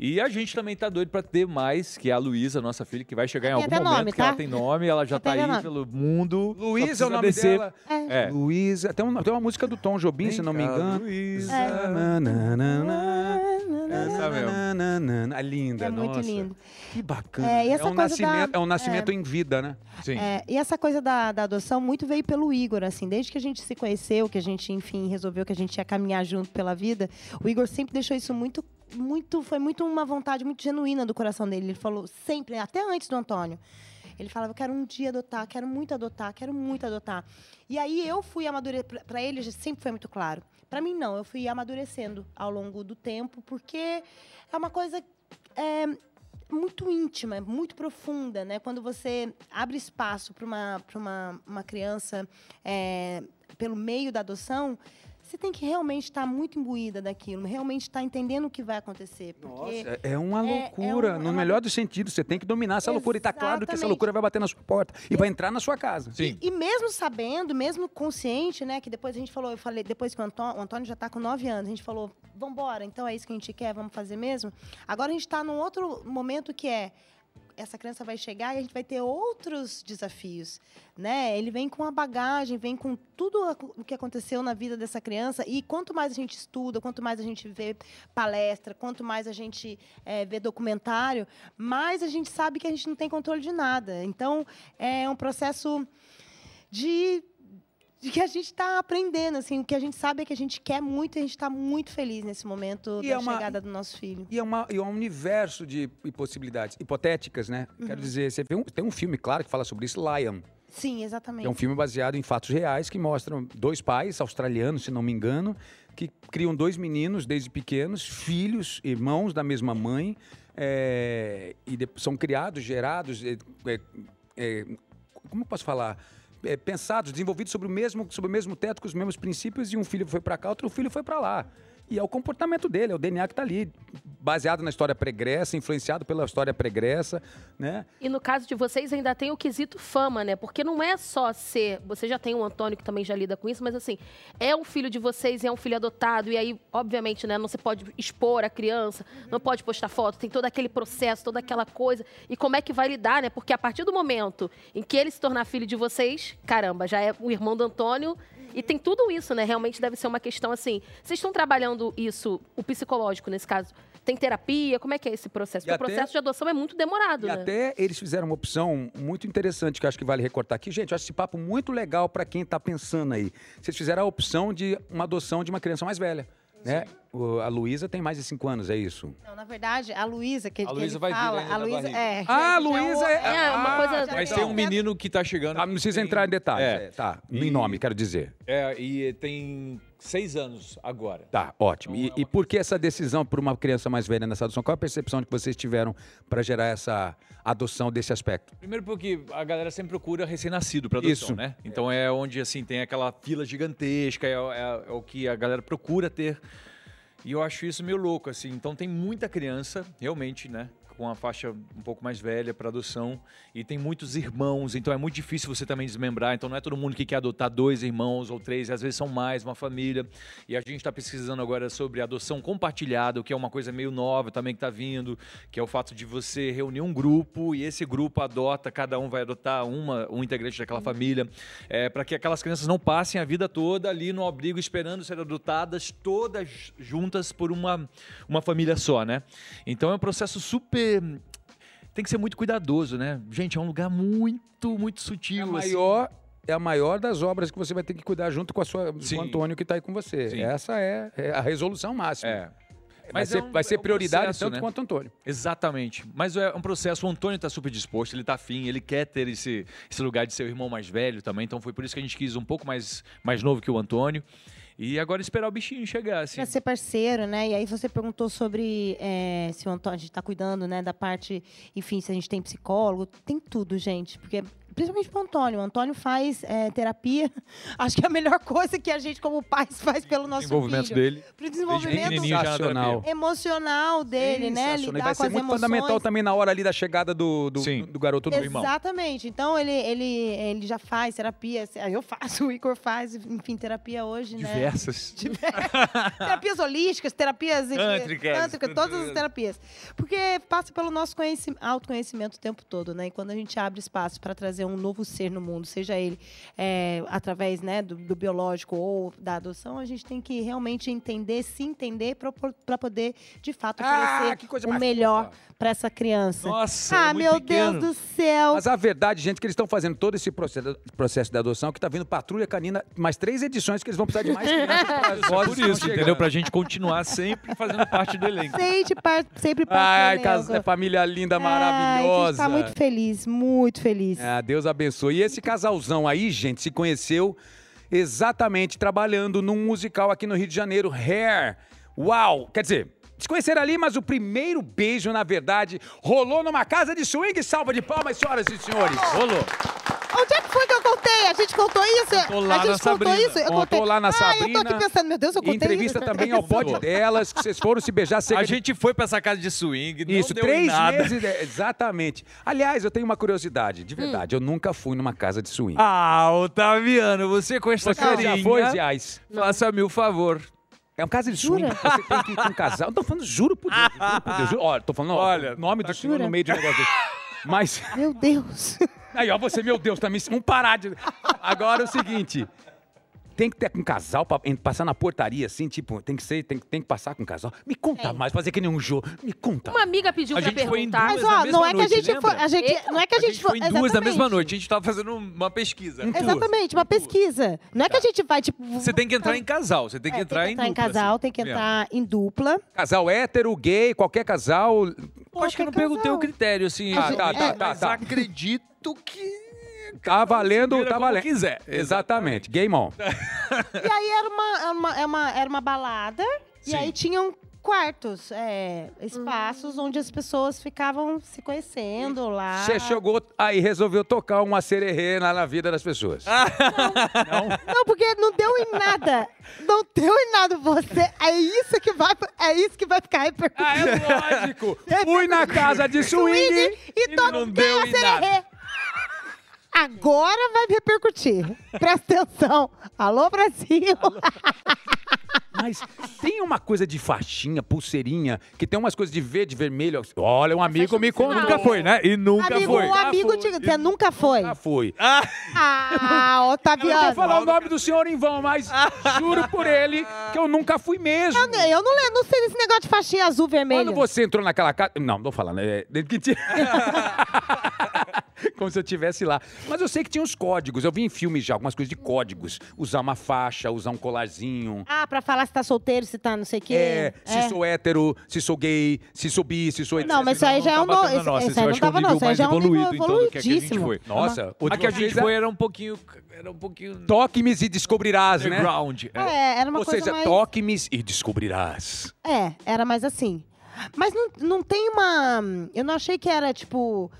E a gente também tá doido para ter mais, que é a Luísa, nossa filha, que vai chegar em Tem algum até momento, nome, que ela tá? tem nome, ela já Até tá aí tem nome. pelo mundo. só Luísa é precisa o nome descer. dela. É. É. Luísa. Tem, um- tem uma música do Tom Jobim, se não me engano. Luísa. É. Ah, na, na, na, na, Essa mesmo. na, na, na, na. É linda, É muito nossa. lindo. Que bacana. É, e essa um coisa nascimento, da- é um nascimento em vida, né? Sim. É, e essa coisa da, da adoção muito veio pelo Igor, assim, desde que a gente se conheceu, que a gente, enfim, resolveu que a gente ia caminhar junto pela vida, o Igor sempre deixou isso muito, muito, foi muito uma vontade muito genuína do coração dele. Ele falou sempre, até antes do Antônio. Ele falava, eu quero um dia adotar, quero muito adotar, quero muito adotar. E aí eu fui amadurecendo, para ele já sempre foi muito claro. Para mim, não, eu fui amadurecendo ao longo do tempo, porque é uma coisa é, muito íntima, muito profunda, né? Quando você abre espaço para uma, pra uma, uma criança é, pelo meio da adoção, você tem que realmente estar muito imbuída daquilo, realmente estar entendendo o que vai acontecer. Porque Nossa, é uma é loucura. um- é no uma- melhor dos sentidos, você tem que dominar essa loucura. E tá claro que essa Exatamente. loucura vai bater na sua porta e vai entrar na sua casa. Sim. E mesmo sabendo, mesmo consciente, né? Que depois a gente falou, eu falei, depois que o Antônio, o Antônio já tá com 9 anos, a gente falou, vambora, então é isso que a gente quer, vamos fazer mesmo. Agora a gente tá num outro momento que é. Essa criança vai chegar e a gente vai ter outros desafios, né? Ele vem com a bagagem, vem com tudo a- o que aconteceu na vida dessa criança. E quanto mais a gente estuda, quanto mais a gente vê palestra, quanto mais a gente eh, vê documentário, mais a gente sabe que a gente não tem controle de nada. Então, é um processo de, de que a gente está aprendendo. Assim, o que a gente sabe é que a gente quer muito e a gente está muito feliz nesse momento E da é uma- chegada do nosso filho. E é, uma, e é um universo de possibilidades hipotéticas, né? Uhum. Quero dizer, você vê um- tem um filme, claro, que fala sobre isso, Lion. Sim, exatamente. É um filme baseado em fatos reais que mostram dois pais australianos, se não me engano, que criam dois meninos desde pequenos, filhos, irmãos da mesma mãe, é, e de- são criados, gerados, é, é, é, como eu posso falar? É, pensados, desenvolvidos sobre o mesmo, sobre o mesmo teto, com os mesmos princípios, e um filho foi para cá, outro filho foi para lá. E é o comportamento dele, é o DNA que tá ali, baseado na história pregressa, influenciado pela história pregressa, né? E no caso de vocês, ainda tem o quesito fama, né? Porque não é só ser. Você já tem o Antônio que também já lida com isso, mas assim, é um filho de vocês e é um filho adotado. E aí, obviamente, né? Não se pode expor a criança, Uhum. não pode postar foto, tem todo aquele processo, toda aquela coisa. E como é que vai lidar, né? Porque a partir do momento em que ele se tornar filho de vocês, caramba, já é o irmão do Antônio. Uhum. E tem tudo isso, né? Realmente deve ser uma questão assim. Vocês estão trabalhando isso, o psicológico nesse caso? Tem terapia? Como é que é esse E processo? Porque o até- processo de adoção é muito demorado, E né? até eles fizeram uma opção muito interessante, que eu acho que vale recortar aqui. Gente, eu acho esse papo muito legal para quem tá pensando aí. Vocês fizeram a opção de uma adoção de uma criança mais velha, né? o- a Luísa tem mais de cinco anos, é isso? Não, na verdade, a Luísa, que, A que Luísa ele vai vir fala. ainda a da Luísa barriga. é. Ah, a já Luísa é o- é. É, uma ah, coisa- tá, Vai então. ser um menino que tá chegando. Ah, não precisa Tem- entrar em detalhes. É. É, tá, em nome, quero dizer. É, e tem seis anos agora. Tá, ótimo. E, e por que essa decisão por uma criança mais velha nessa adoção? Qual a percepção que vocês tiveram para gerar essa adoção desse aspecto? Primeiro porque a galera sempre procura recém-nascido para adoção, Isso. né? Então é onde, assim, tem aquela fila gigantesca, é, é- é o que a galera procura ter. E eu acho isso meio louco, assim. Então tem muita criança, realmente, né? Com a faixa um pouco mais velha para adoção. E tem muitos irmãos, então é muito difícil você também desmembrar. Então não é todo mundo que quer adotar dois irmãos ou três, às vezes são mais, uma família. E a gente está pesquisando agora sobre adoção compartilhada, o que é uma coisa meio nova também que está vindo, que é o fato de você reunir um grupo e esse grupo adota, cada um vai adotar uma, um integrante daquela família, para que aquelas crianças não passem a vida toda ali no abrigo esperando ser adotadas todas juntas por uma, uma família só, né? Então é um processo super. Tem que ser muito cuidadoso, né? Gente, é um lugar muito, muito É a sutil. assim. maior, é a maior das obras que você vai ter que cuidar junto com a sua, Sim. com o Antônio que está aí com você. Sim. Essa é, é a resolução máxima. É. Vai, Mas ser, é um- vai ser é um prioridade processo, tanto né? quanto o Antônio. Exatamente. Mas é um processo. O Antônio está super disposto, ele está afim, ele quer ter esse, esse lugar de ser o irmão mais velho também. Então foi por isso que a gente quis um pouco mais, mais novo que o Antônio. E agora esperar o bichinho chegar, assim. Pra ser parceiro, né? E aí você perguntou sobre é, se o Antônio, a gente tá cuidando, né, da parte, enfim, se a gente tem psicólogo, tem tudo, gente. Porque, principalmente pro Antônio. O Antônio faz é, terapia. Acho que é a melhor coisa que a gente, como pais, faz pelo nosso desenvolvimento filho. dele. Pro Desde desenvolvimento pequenininho já na Sensacional. terapia. emocional dele, né? Sensacional. E Lidar vai com ser as muito emoções. fundamental também na hora ali da chegada do, do, Sim. do garoto do irmão. Exatamente. Então ele, ele, ele já faz terapia. Eu faço, o Igor faz, enfim, terapia hoje, né? Diversas. Tá. terapias holísticas, terapias eh, Tântricas. tântricas, todas as terapias. Porque passa pelo nosso conheci- autoconhecimento o tempo todo, né? E quando a gente abre espaço para trazer um novo ser no mundo, seja ele eh, através né, do, do biológico ou da adoção, a gente tem que realmente entender, se entender, para poder, de fato, Ah, oferecer que coisa o mais melhor fofa. para essa criança. Nossa, ah, é muito meu pequeno. Deus do céu! Mas a verdade, gente, é que eles estão fazendo todo esse processo, processo de adoção, que está vindo patrulha canina, mais três edições que eles vão precisar de mais crianças para as É vozes por que estão isso, entendeu? chegando. Pra gente continuar sempre fazendo parte do elenco. Sempre, par- sempre Ai, parceiro, casa né, da família linda, Ai, A gente maravilhosa. tá muito feliz, muito feliz. Ah, Deus abençoe. E esse casalzão aí, gente, se conheceu exatamente trabalhando num musical aqui no Rio de Janeiro, Hair. Uau! Quer dizer, se conheceram ali, mas o primeiro beijo, na verdade, rolou numa casa de swing. Salva de palmas, senhoras e senhores. Rolou. Onde é que foi que eu contei? A gente contou isso? Contou lá a gente na contou Sabrina. isso? Eu Contou contei. lá na Ah, eu tô Sabrina. aqui pensando, meu Deus, eu E contei entrevista isso? também ao pote Rolou. delas, que vocês foram se beijar cerca A de gente foi pra essa casa de swing, não Isso, deu em três nada. meses. é, Exatamente. Aliás, eu tenho uma curiosidade, Hum. de verdade. Eu nunca fui numa casa de swing. Ah, Otaviano, você com essa Você carinha... já foi, Ziais? Faça-me o favor. É um casa de swing. Jura? Você tem que ir com um casal. Eu tô falando, juro por Deus. Juro por Deus. Juro. Olha, tô falando, olha, Olha, tá o nome do senhor no jura? meio de um negócio desse. Mas, Meu Deus. aí, ó, você, meu Deus, também. Vamos parar de. Agora é o seguinte. Tem que ter com um casal pra en- passar na portaria, assim, tipo, tem que ser, tem, que- tem que passar com um casal. Me conta Tem. mais, fazer que nem um jogo. Me conta. Uma amiga pediu A pra gente foi em perguntar. Mas Duas na ó, não mesma é que a noite, gente foi. lembra? A gente, não é que a gente, foi em duas exatamente. Então, na mesma noite. A gente tava fazendo uma pesquisa. Exatamente, uma pesquisa. Não é que a gente vai, tipo. Você tem que entrar em casal, você tem É, que entrar, tem que entrar em dupla, casal, assim. tem que É. entrar em dupla. Casal hétero, gay, qualquer casal. Eu acho que eu não Qualquer perguntei casal. o critério, assim. Ah, tá, é, tá, tá, mas tá. acredito que... Tá valendo, Vira tá como valendo. quiser. Exatamente. Game on. E aí era uma, era uma, era uma, era uma balada. E Sim. aí tinham quartos, é, espaços onde as pessoas ficavam se conhecendo lá. Você chegou aí resolveu tocar uma sererê na, na vida das pessoas. Ah. Não, porque não deu em nada. Não deu em nada você. É isso que vai, é isso que vai ficar repercutindo. Ah, é lógico. Fui na casa de swing. e todo não mundo deu ganha em sererê. Agora vai repercutir. Presta atenção. Alô, Brasil. Mas tem uma coisa de faixinha, pulseirinha, que tem umas coisas de verde, vermelho. Olha, um amigo faixa me do sinal. contou. Nunca foi, né? E nunca amigo, foi. um amigo Nunca te... foi. Você nunca foi? Já foi. Ah, Eu não vou Otaviano. falar o nome do senhor em vão, mas juro por ele que eu nunca fui mesmo. Eu não, le- não sei desse negócio de faixinha azul, vermelho. Quando você entrou naquela casa. Não, não vou falar, né? É, que tinha- como se eu estivesse lá. Mas eu sei que tinha uns códigos. Eu vi em filmes já algumas coisas de códigos. Usar uma faixa, usar um colarzinho. Ah, pra falar se tá solteiro, se tá não sei o quê. É, se sou hétero, se sou gay, se sou bi, se sou Não, mas isso aí já é Não um tá novo. batendo na nossa, Isso isso aí eu não acho que é um tava, não. nível Isso aí mais já é um nível evoluído em tudo que a que a gente evoluidíssimo. foi. Nossa, A outra que a gente coisa- foi era um pouquinho. Era um pouquinho. Toque-me e descobrirás, né? Underground. é. É, era uma Ou coisa seja, mais... toque-me e descobrirás. É, era mais assim. Mas não, não tem uma. Eu não achei que era, tipo,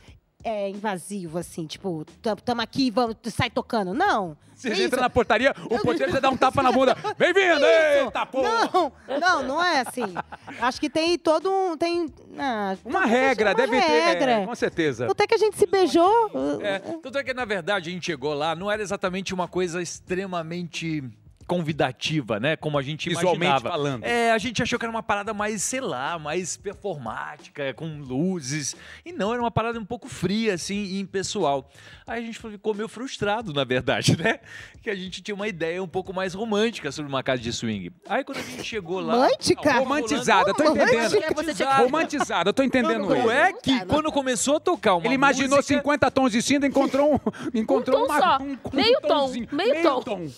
é, invasivo, assim, tipo, tam- tamo aqui, vamos, sai tocando. Não. Você É entra isso. É na portaria, o porteiro já dá um tapa na bunda. Bem-vindo! Isso. Eita, porra! Não, não, não é assim. Acho que tem todo um. Tem. ah, Uma não, regra, uma deve ter. regra. é, com certeza. Até que a gente se beijou. uh, É, tanto é que, na verdade, a gente chegou lá, não era exatamente uma coisa extremamente convidativa, né? Como a gente Visualmente imaginava. falando. É, a gente achou que era uma parada mais, sei lá, mais performática, com luzes. E não, era uma parada um pouco fria, assim, e impessoal. Aí a gente ficou meio frustrado, na verdade, né? Que a gente tinha uma ideia um pouco mais romântica sobre uma casa de swing. Aí quando a gente chegou lá... Romântica? Não, Romantizada, eu tô Romântica. entendendo. É, você tinha que- Romantizada, eu tô entendendo Tanto ele. é que quando começou a tocar uma Ele imaginou música- 50 tons de cinza e encontrou um. Encontrou tom uma- só. um- um Meio tom, tonzinho. meio tom.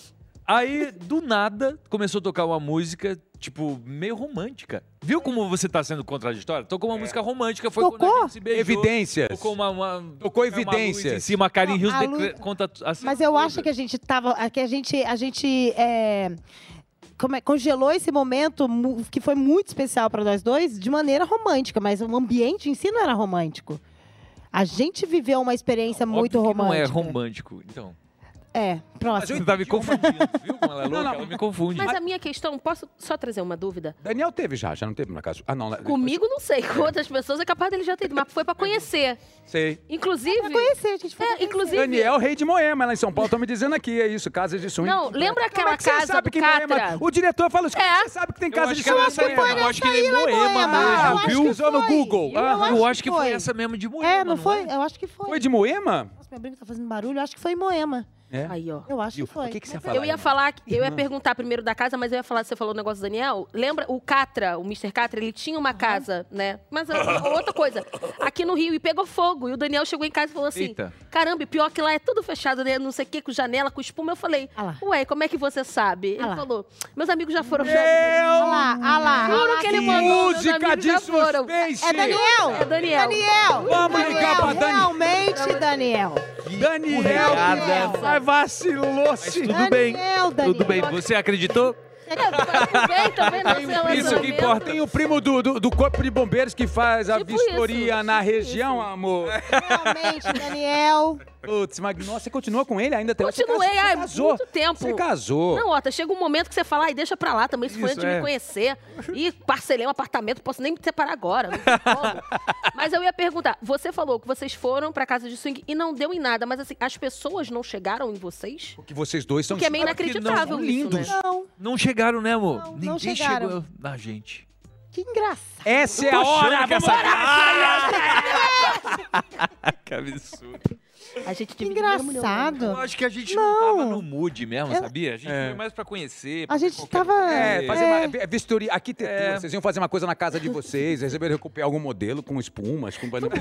Aí, do nada, começou a tocar uma música, tipo, meio romântica. Viu como você tá sendo contraditória? Tocou uma música romântica, foi quando Tocou? a gente se beijou. É. Evidências. Tocou uma... uma Tocou uma evidências. luz em cima, a Karen Não, Rios a de- luz- conta... assim, Mas eu tudo. acho que é a gente tava. a- Que a gente. A gente é, como é, congelou esse momento mu- que foi muito especial para nós dois de maneira romântica, mas o ambiente em si não era romântico. A gente viveu uma experiência Óbvio muito que não é romântica. romântico, então. É, próximo. Você tá me confundindo, viu como ela é um Não, louca? não. Ela me confunde. é Mas a minha questão, posso só trazer uma dúvida? Daniel teve já, já não teve na casa. Ah, não. lá- Comigo, não sei. Com outras pessoas, é capaz dele já ter ido, mas foi pra conhecer. Sei. Pra Inclusive... conhecer, a gente foi. pra É, conhecer. inclusive... Daniel, rei de Moema, lá em São Paulo. Estão me dizendo aqui, é isso, casas de swing. Não, lembra Como aquela é que você casa sabe do que Catra? Moema? O diretor fala, os É. caras, você sabe que tem Eu casa acho de que ela swing. saiu, em Moema. eu acho que ele é lá em Moema Moema. Ah, Eu mesmo, acho viu? que Pesquisou no foi. Google. Eu Ah, Eu acho que foi foi. essa mesmo de Moema, É, não é? foi? Eu acho que foi. Foi de Moema? Nossa, meu brinco tá fazendo barulho. Eu acho que foi em Moema. É. Aí, ó. Eu acho Viu? que foi. O que que você ia Mas falar? Eu ia Irmã. falar, que- eu ia perguntar primeiro da casa, mas eu ia falar, você falou o negócio do Daniel. Lembra o Catra, o Mr. Catra, ele tinha uma casa, né? Mas ah, outra coisa, aqui no Rio, e pegou fogo. E o Daniel chegou em casa e falou assim: Eita. caramba, e pior que lá é tudo fechado, né? Não sei o quê, com janela, com espuma. Eu falei, Ah lá. ué, como é que você sabe? Ele Ah lá. falou, meus amigos já foram. Meu é, Olha lá, olha lá. Juro olha lá que ele mandou. meus Ah, Música amigos de já foram. suspense. É Daniel! É Daniel. Daniel! Vamos Daniel, ligar pra Dani. Realmente, Daniel. Daniel, Obrigada. vai vacilou-se. Tudo Daniel, bem. Daniel. é? Tudo bem. Você acreditou? Também, também não sei o Isso que relacionamento. importa. Tem o primo do, do, do Corpo de Bombeiros que faz a Tipo vistoria isso, É. na tipo região, amor. Realmente, Daniel. Putz, mas nossa, você continua com ele ainda até hoje? Você Continuei, casou- ah, você é muito tempo. Você casou. Não, Ota, chega um momento que você fala, ai, deixa pra lá também, isso, foi Isso, antes de é. me conhecer. E parcelei um apartamento, posso nem me separar agora. não tem como. mas eu ia perguntar, você falou que vocês foram pra casa de swing e não deu em nada, mas assim, as pessoas não chegaram em vocês? Que vocês dois são Porque é meio Claro que não, inacreditável são isso, lindos. né? Não, Não chegaram, né, amor? Não, não Ninguém chegaram. chegou na gente. que engraçado. Essa é Tô a achando hora, que vamos essa- lá. Que absurdo. A gente Que dividiu um milhão. Eu engraçado. acho que a gente não, tava no mood mesmo, sabia? A gente É. foi mais pra conhecer. pra A ver gente qualquer tava. coisa. É, fazer É. uma vi- vistoria, arquitetura. É. Vocês iam fazer uma coisa na casa de vocês, receberam recuperar algum modelo com espumas, com banana.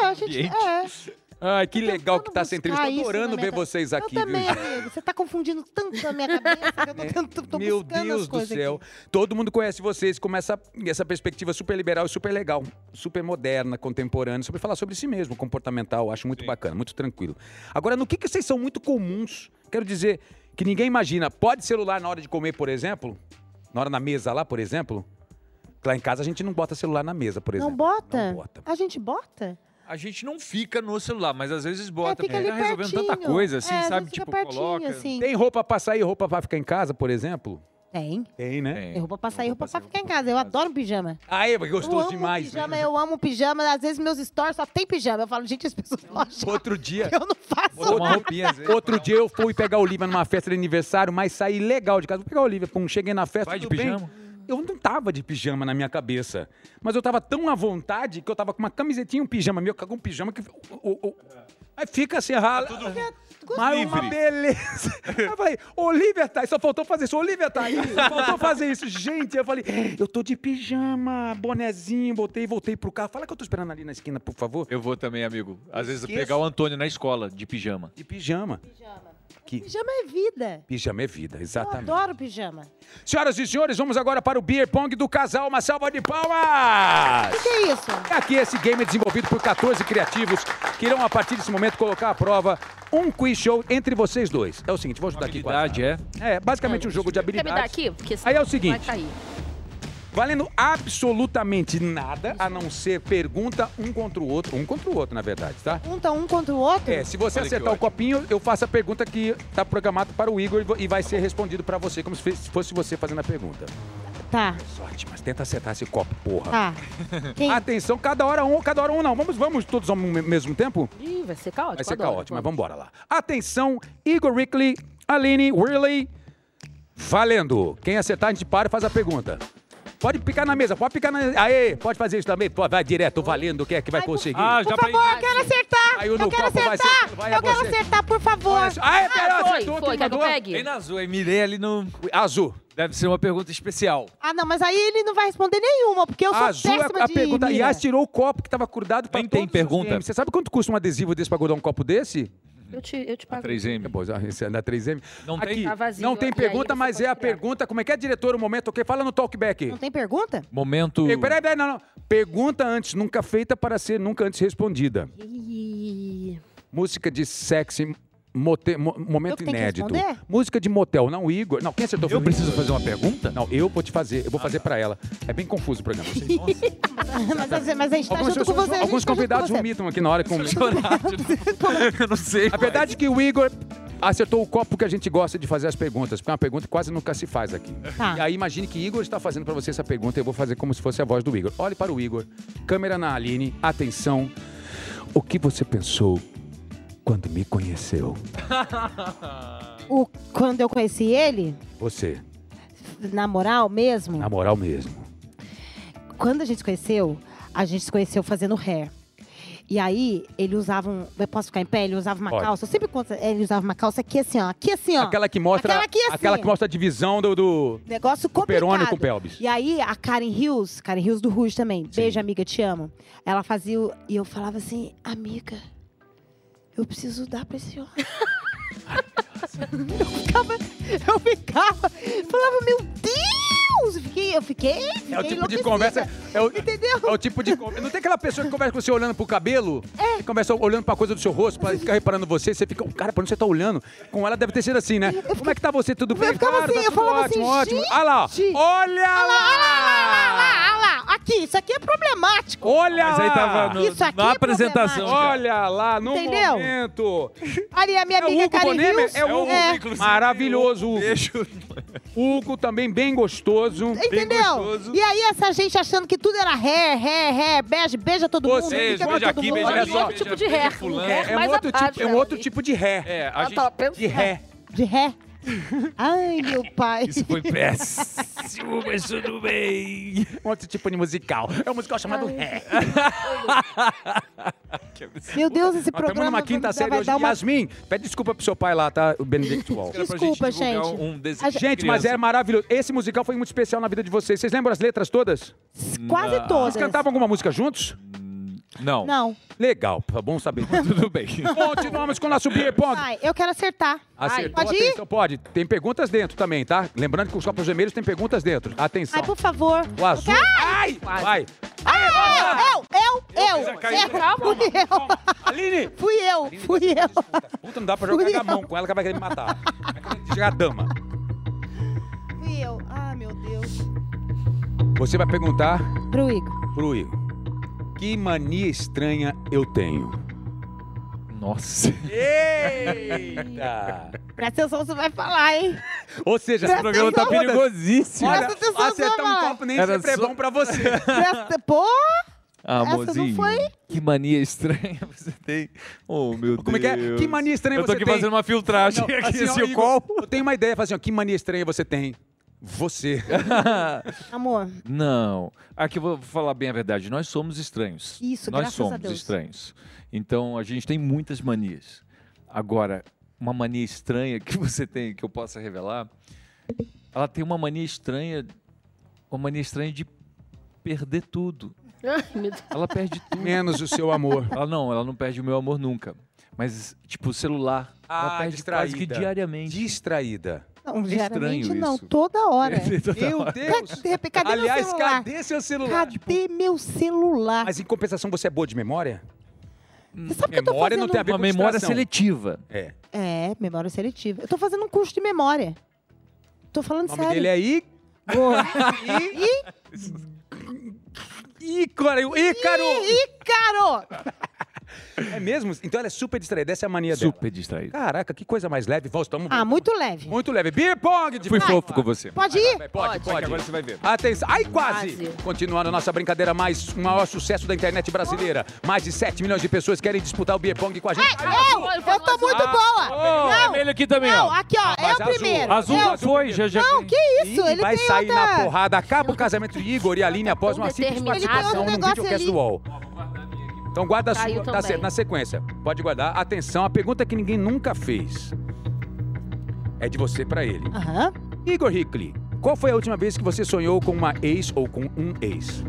É, a gente. É. Ai, que legal que tá essa tentando entrevista. buscar Tô isso adorando na ver minha ca- vocês aqui, eu viu? É. também, amigo. Você tá confundindo tanto a minha cabeça que eu tô tentando. Tô Meu buscando Deus as do coisas céu. aqui. Todo mundo conhece vocês com essa, essa perspectiva super liberal e super legal, super moderna, contemporânea, sobre falar sobre si mesmo, comportamental. Acho muito bacana, muito tranquilo. Agora, no que, que vocês são muito comuns? Quero dizer que ninguém imagina. Pode celular na hora de comer, por exemplo? Na hora na mesa lá, por exemplo? Lá em casa a gente não bota celular na mesa, por exemplo. Não bota? é, Não bota. A gente bota? A gente não fica no celular, mas às vezes bota. é, fica porque ali tá resolvendo pertinho. tanta coisa, assim, é, às sabe? vezes fica Tipo, pertinho, coloca. assim. Tem roupa pra sair, roupa pra ficar em casa, por exemplo? Tem. Tem, né? É. Tem roupa pra sair, roupa pra sair, ficar em casa. Eu adoro pijama. Aê, gostou eu amo demais. né? pijama, eu amo pijama. Às vezes meus stories só tem pijama. Eu falo, gente, as pessoas não acham Outro dia, que eu não faço. Bota uma roupinha, às vezes. Outro dia eu fui pegar a Olivia numa festa de aniversário, mas saí legal de casa. Vou pegar a Olivia, pum, cheguei na festa. Vai de tudo bem? pijama? Eu não tava de pijama na minha cabeça. Mas eu tava tão à vontade que eu tava com uma camisetinha e um pijama meu, com um pijama que. o- o- o- Aí fica assim, rala. Gostei. Mas uma É livre. beleza. Eu falei, Olivia tá aí, só faltou fazer isso. Olivia tá aí, só faltou fazer isso. Gente, eu falei, eu tô de pijama, bonezinho, botei, voltei pro carro. Fala que eu tô esperando ali na esquina, por favor. Eu vou também, amigo. Às vezes Esqueço. pegar o Antônio na escola, de pijama. De pijama. Pijama. Que- Pijama é vida. Pijama é vida, Eu exatamente. adoro pijama. Senhoras e senhores, vamos agora para o beer pong do casal. Uma salva de palmas! O que é isso? Aqui esse game é desenvolvido por 14 criativos que irão, a partir desse momento, colocar à prova um quiz show entre vocês dois. É o seguinte, vou ajudar aqui com a Habilidade, é? É, basicamente um jogo de Quer me habilidades. dar aqui? Porque Aí é o senão seguinte. Vai cair. Valendo absolutamente nada, a não ser pergunta um contra o outro. Um contra o outro, na verdade, tá? Um tá um contra o outro? É, se você Olha que acertar o ótimo. copinho, eu faço a pergunta que tá programada para o Igor e vo- e vai ser respondido para você, como se fe- se fosse você fazendo a pergunta. Tá, Sorte, mas tenta acertar esse copo, porra. tá. Quem? Atenção, cada hora um, cada hora um não. Vamos, vamos todos ao me- mesmo tempo? Ih, vai ser caótico. Vai ser adoro. caótico, mas vamos embora lá. Atenção, Igor Rickley, Aline, Whirley, valendo. Quem acertar, a gente para e faz a pergunta. Pode picar na mesa, pode picar na mesa. Aê, pode fazer isso também. Pô, vai direto, valendo, quem é que vai Ai, por- conseguir? Ah, Por já favor, eu quero acertar! Caiu Eu no quero copo, vai acertar! ser- vai, é eu quero você. acertar, por favor! Olha só. Aê, pera, Ah, foi, acertou, foi. quem Quer que eu mandou? pegue? Bem na azul, hein? Mirei ali no. Azul. Deve ser uma pergunta especial. Ah, não, mas aí ele não vai responder nenhuma, porque eu sou Azul é péssima a de pergunta. mira. Yas tirou o copo que tava acordado pra Nem tem todos os pergunta. games. Você sabe quanto custa um adesivo desse pra guardar um copo desse? Eu te, eu te pago. 3M. Pô, esse é da 3M. Não tem- Tá vazio, não tem e aí pergunta, você mas pode é a tirar. pergunta. Como é que é, diretor, o momento? Ok, fala no talkback. Não tem pergunta? Momento. Ei, Peraí, peraí, não, não. Pergunta antes, nunca feita para ser nunca antes respondida. Ih, Música de sexy, mote- mo- Eu momento que tenho que inédito. responder? Música de motel, não o Igor. Não, quem acertou foi Eu o preciso Igor. fazer uma pergunta? Ah, tá. Não, eu vou te fazer, eu vou fazer pra ela. É bem confuso o programa. eu sei. mas, mas a gente tá junto com pessoas- você. a alguns gente tá junto com convidados você. vomitam aqui na hora com. Eu não sei. A verdade é que o Igor acertou o copo que a gente gosta de fazer as perguntas, porque é uma pergunta que quase nunca se faz aqui. Tá. E aí imagine que Igor está fazendo para você essa pergunta e eu vou fazer como se fosse a voz do Igor. Olhe para o Igor, câmera na Aline, atenção. O que você pensou quando me conheceu? O, quando eu conheci ele, Você, na moral mesmo, na moral mesmo. quando a gente se conheceu, a gente se conheceu fazendo hair. E aí, ele usava um. Eu posso ficar em pé? Ele usava uma Pode. calça. Eu sempre conto. é, Ele usava uma calça aqui assim, ó. Aqui assim, ó. Aquela que mostra, Aquela aqui assim. aquela que mostra a divisão do, do- Negócio complicado. perônio com pelvis. E aí, a Karen Hughes, Karen Hughes do Rouge também. Beijo, amiga, te amo. Ela fazia. o- E eu falava assim, amiga, eu preciso dar pra esse homem. eu ficava. Eu ficava. Falava, meu Deus! Eu fiquei. Eu fiquei, fiquei É o tipo de enlouquecida. conversa. É o, Entendeu? é o tipo de conversa. Não tem aquela pessoa que conversa com você olhando pro cabelo? É. Conversa olhando pra coisa do seu rosto, pra ficar reparando você. Você fica, cara, pra onde você tá olhando? Com ela deve ter sido assim, né? Como é que tá você? Tudo bem? ficava Claro, tá assim, eu tudo falava ótimo, assim, ótimo. Olha lá, gente. olha Ah lá! lá, ah lá, aqui, isso aqui é problemático. Olha lá! Mas aí tava no- Isso aqui na é apresentação. cara. Olha lá, no Entendeu? momento. Ali a minha É o amiga Hugo Karen Bonemer? Hughes. É o Hugo, inclusive. Maravilhoso, Hugo. Beijo. Hugo também bem gostoso. Entendeu? gostoso. E aí essa gente achando que tudo era hair, hair, hair, beija, beija todo mundo. Vocês, fica com beija todo aqui, mundo. beija Olha ali, só. beija- outro tipo de beija ré. fulano. É, é um mais Ah, tá, outro abaixo tipo, é um dela outro ali. tipo de ré. É, a Ela gente. tava De pensando. ré. De ré. Ai, meu pai. Isso foi péssimo, mas tudo bem. É. Um outro tipo de musical. É um musical chamado ré. Meu Deus, esse Nós estamos programa numa quinta vai, série vai hoje. dar uma... Yasmin, pede desculpa pro seu pai lá, tá? O Benedict Wall. Era pra Desculpa, divulgar gente. Um A desenho de gente- Gente, mas criança. era maravilhoso. Esse musical foi muito especial na vida de vocês. Vocês lembram as letras todas? Quase todas. Vocês cantavam alguma música juntos? é- um Não. Não. Legal, tá bom saber. Tudo bem. Continuamos com o nosso beer pong. Ai, eu quero acertar. Acertou, Pode ir? atenção, pode. Tem perguntas dentro também, tá? Lembrando que os copos vermelhos têm perguntas dentro. Atenção. Ai, por favor. O azul. Ai! Vai! Ah, eu, eu, eu. fiz a eu, caída. Fui eu. Aline! Fui eu, fui eu. Puta, não dá pra jogar Fui com a mão eu. com ela que ela vai querer me matar. Vai querer Chegar a dama. Fui eu. Ah, meu Deus. Você vai perguntar Pro Igor. pro Igor. Que mania estranha eu tenho? Nossa. Eita! Presta atenção, você vai falar, hein? Ou seja, Presta esse programa tá atenção. perigoso. perigosíssimo. Olha, Presta atenção, acertar um Zama. copo nem Era sempre é só- bom pra você. Presta... Pô! Amorzinho. foi? Que mania estranha você tem. Oh, meu Deus. Como é que é? Que mania estranha Eu tô você aqui tem? fazendo uma filtragem Não, aqui, assim, ó, assim, o Igor, copo. Eu tenho uma ideia, fazer assim, ó, que mania estranha você tem? Você. Amor, Não. Aqui eu vou falar bem a verdade. Nós somos estranhos. Isso, Nós graças a somos Deus. estranhos. Então a gente tem muitas manias. Agora, uma mania estranha que você tem, que eu possa revelar. Ela tem uma mania estranha, uma mania estranha de perder tudo. Ai, meu Deus. Ela perde tudo. Menos o seu amor. Ela não, ela não perde o meu amor nunca. Mas, tipo, o celular. Ah, ela perde distraída. quase que diariamente. Distraída. Não, estranho geralmente não, isso. toda hora. Meu Deus. Cadê, cadê meu Aliás, celular? cadê seu celular? Cadê meu celular? Mas em compensação, você é boa de memória? Você sabe que eu tô memória fazendo... não tem a ver Uma com memória distração. seletiva. É. É, memória seletiva. Eu tô fazendo um curso de memória. Tô falando O nome sério. dele é I... Boa. Ícaro. Ícaro. Ícaro! É mesmo? Então ela é super distraída. Essa é a mania Super distraída. dela. Caraca, que coisa mais leve. um Vamos, tamo... Ah, muito leve. Muito leve. Beer pong de Fui Vai. fofo com você. Pode ir? Vai, Pode, Pode. pode. Agora você vai ver. Atenção. Ai, quase! Quase. Continuando a nossa brincadeira, mais o maior sucesso da internet brasileira. Mais de 7 milhões de pessoas querem disputar o Beer Pong com a gente. Ai, Eu, eu tô muito Ah, boa. é não, Vermelho aqui também, não, ó. aqui, ó. mas é o azul. primeiro. Azul Eu- já foi, já já. Não, que isso? Ih, ele vai tem sair outra... na porrada. Acaba o casamento de Igor e Aline após tão uma simples determinado. participação Ele tem num outro negócio videocast do ali. UOL. Então guarda a Caiu sua, tá também. certo, na sequência. Pode guardar. Atenção, a pergunta que ninguém nunca fez. É de você pra ele. Aham. Igor Hickley, qual foi a última vez que você sonhou com uma ex ou com um ex?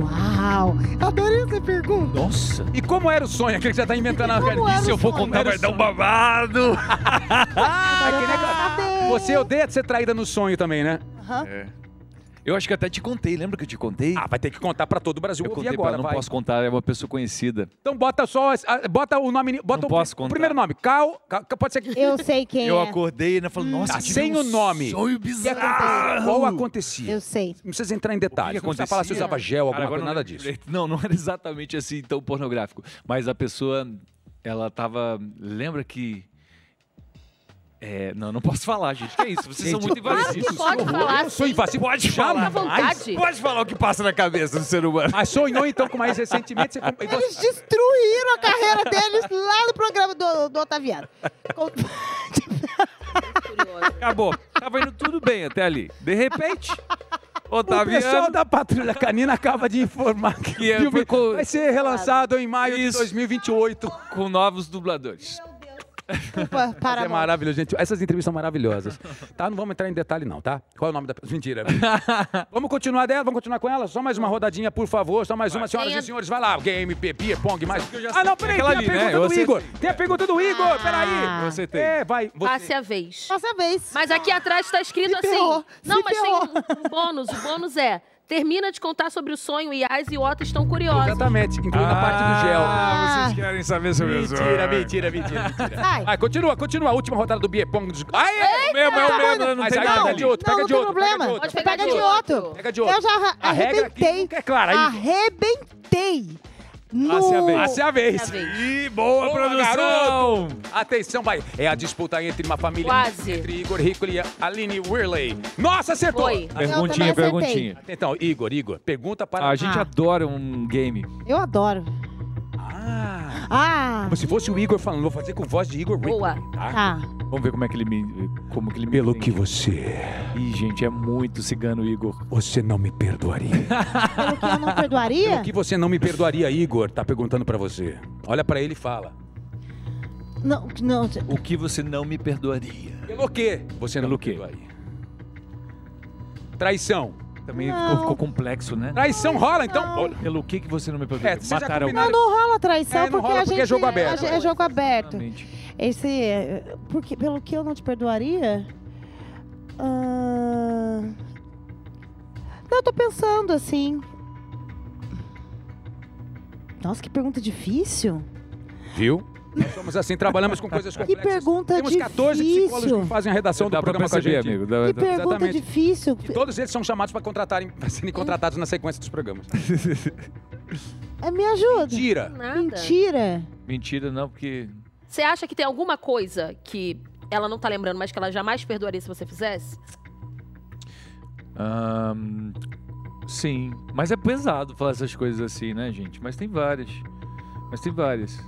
Uau. Adorei essa pergunta. Nossa. E como era o sonho? Aquele que você tá inventando agora. Como era E se o eu for sonho? contar, vai dar um babado. Ah, que legal. saber. Você odeia de ser traída no sonho também, né? Aham. É. Eu acho que até te contei, lembra que eu te contei? Ah, vai ter que contar pra todo o Brasil eu ouvir contei pra agora, ela, não vai. posso contar, é uma pessoa conhecida. Então bota só, as- ah, bota o nome, bota Não o, posso o contar. primeiro nome. Cal, Cal- pode ser que Eu sei quem Eu é. acordei e falei, nossa, Tá tive sem um o nome. Sonho que aconteceu. bizarro. Qual acontecia? Eu sei. Não precisa entrar em O que detalhes. que não precisa falar se acontecia? usava gel, Cara, alguma agora coisa, eu nada lembro disso. direito. Não, não era exatamente assim tão pornográfico. Mas a pessoa, ela tava. Lembra que. É, não, não posso falar, gente. Que é isso? Vocês são Gente, muito claro invasivos. que pode falar, Eu sou sim. invasivo. Pode Fica à vontade. Pode falar o que passa na cabeça do ser humano. Mas sonhou então com mais recentemente. Você... e Eles você- destruíram a carreira deles lá no programa do, do Otaviano. Com- Acabou. Tava indo tudo bem até ali. De repente, O pessoal Otaviano. da Patrulha Canina acaba de informar que, Que é, o filme foi com- vai ser relançado em maio de Isso. 2028. Com novos dubladores. Desculpa, Mas para é maravilhoso, gente. Essas entrevistas são maravilhosas. Tá? Não vamos entrar em detalhe, não, tá? Qual é o nome da. Mentira. vamos continuar dela? Vamos continuar com ela? Só mais uma rodadinha, por favor. Só mais uma, senhoras Tem a- e senhores. Vai lá. Game, Pepe, Pong, mais. já Ah, não, sei. peraí. Tem Aquela a ali, né? pergunta Eu do acertei. Igor. Tem a pergunta do Igor. Peraí. Ah. Eu acertei. É, vai. Você... Passe a vez. Passa a vez. Mas aqui atrás está escrito Se assim. ferrou, não, se mas ferrou. tem um, um bônus. O bônus é: termina de contar sobre o sonho e as e o Otto estão curiosos. Exatamente, incluindo a parte do gel. Ah, Ah. vocês querem saber sobre o Mentira, mentira, mentira, mentira. Ai. Vai, continua, continua. A última rodada do Biepong. Dos... Aê! É o mesmo, Ah, é o mesmo. Não Mas tem aí nada pega ali. de outro, tá Não, pega não de tem outro. problema. Pega de outro. Pode Pega de outro. Pega de outro. Eu já arra- A regra aqui arrebentei. nunca é clara, aí. Arrebentei. No... Passe a vez. Passe a vez. Passe a vez. Ih, boa, Boa, produção! Atenção, vai. É a disputa entre uma família. Quase. Entre Igor Riccoli e Aline Whirley. Nossa, acertou! Foi. Perguntinha, Perguntinha, Eu também acertei. perguntinha. Então, Igor, Igor, pergunta para. A gente Ah. adora um game. Eu adoro. Ah, Ah, como se fosse o Igor falando, vou fazer com voz de Igor Riccoli. Boa. Tá? tá. Vamos ver como é que ele me. Como que ele me Pelo entende. que você. Ih, gente, é muito cigano, Igor. Você não me perdoaria. Pelo que eu não perdoaria? Pelo que você não me perdoaria, Igor, tá perguntando pra você. Olha pra ele e fala. Não, não. O que você não me perdoaria? Pelo quê? Você não Pelo me quê? perdoaria. Traição. Também Não. ficou, ficou complexo, né? Traição rola, então. Olha, Pelo que, que você não me É, perdoaria? vocês já Mataram combinaram- Não, não rola traição É, não porque rola a porque é gente jogo aberto. a gente- É jogo aberto. Exatamente. Esse, eh, porque pelo que eu não te perdoaria? ah, Não, eu tô pensando assim. Nossa, que pergunta difícil. Viu? Nós somos assim, trabalhamos com coisas Que complexas. pergunta Temos 14 psicólogos difícil. que fazem a redação do Dá pra programa com a perceber, gente. amigo. Que Dá- dá- pergunta Exatamente. difícil. E todos eles são chamados para contratarem, pra serem contratados na sequência dos programas. Eh, Me ajuda. Mentira. Nada. Mentira. Mentira, não, porque. Você acha que tem alguma coisa que ela não tá lembrando, mas que ela jamais perdoaria se você fizesse? Ahn, sim. Mas é pesado falar essas coisas assim, né, gente? Mas tem várias. Mas tem várias.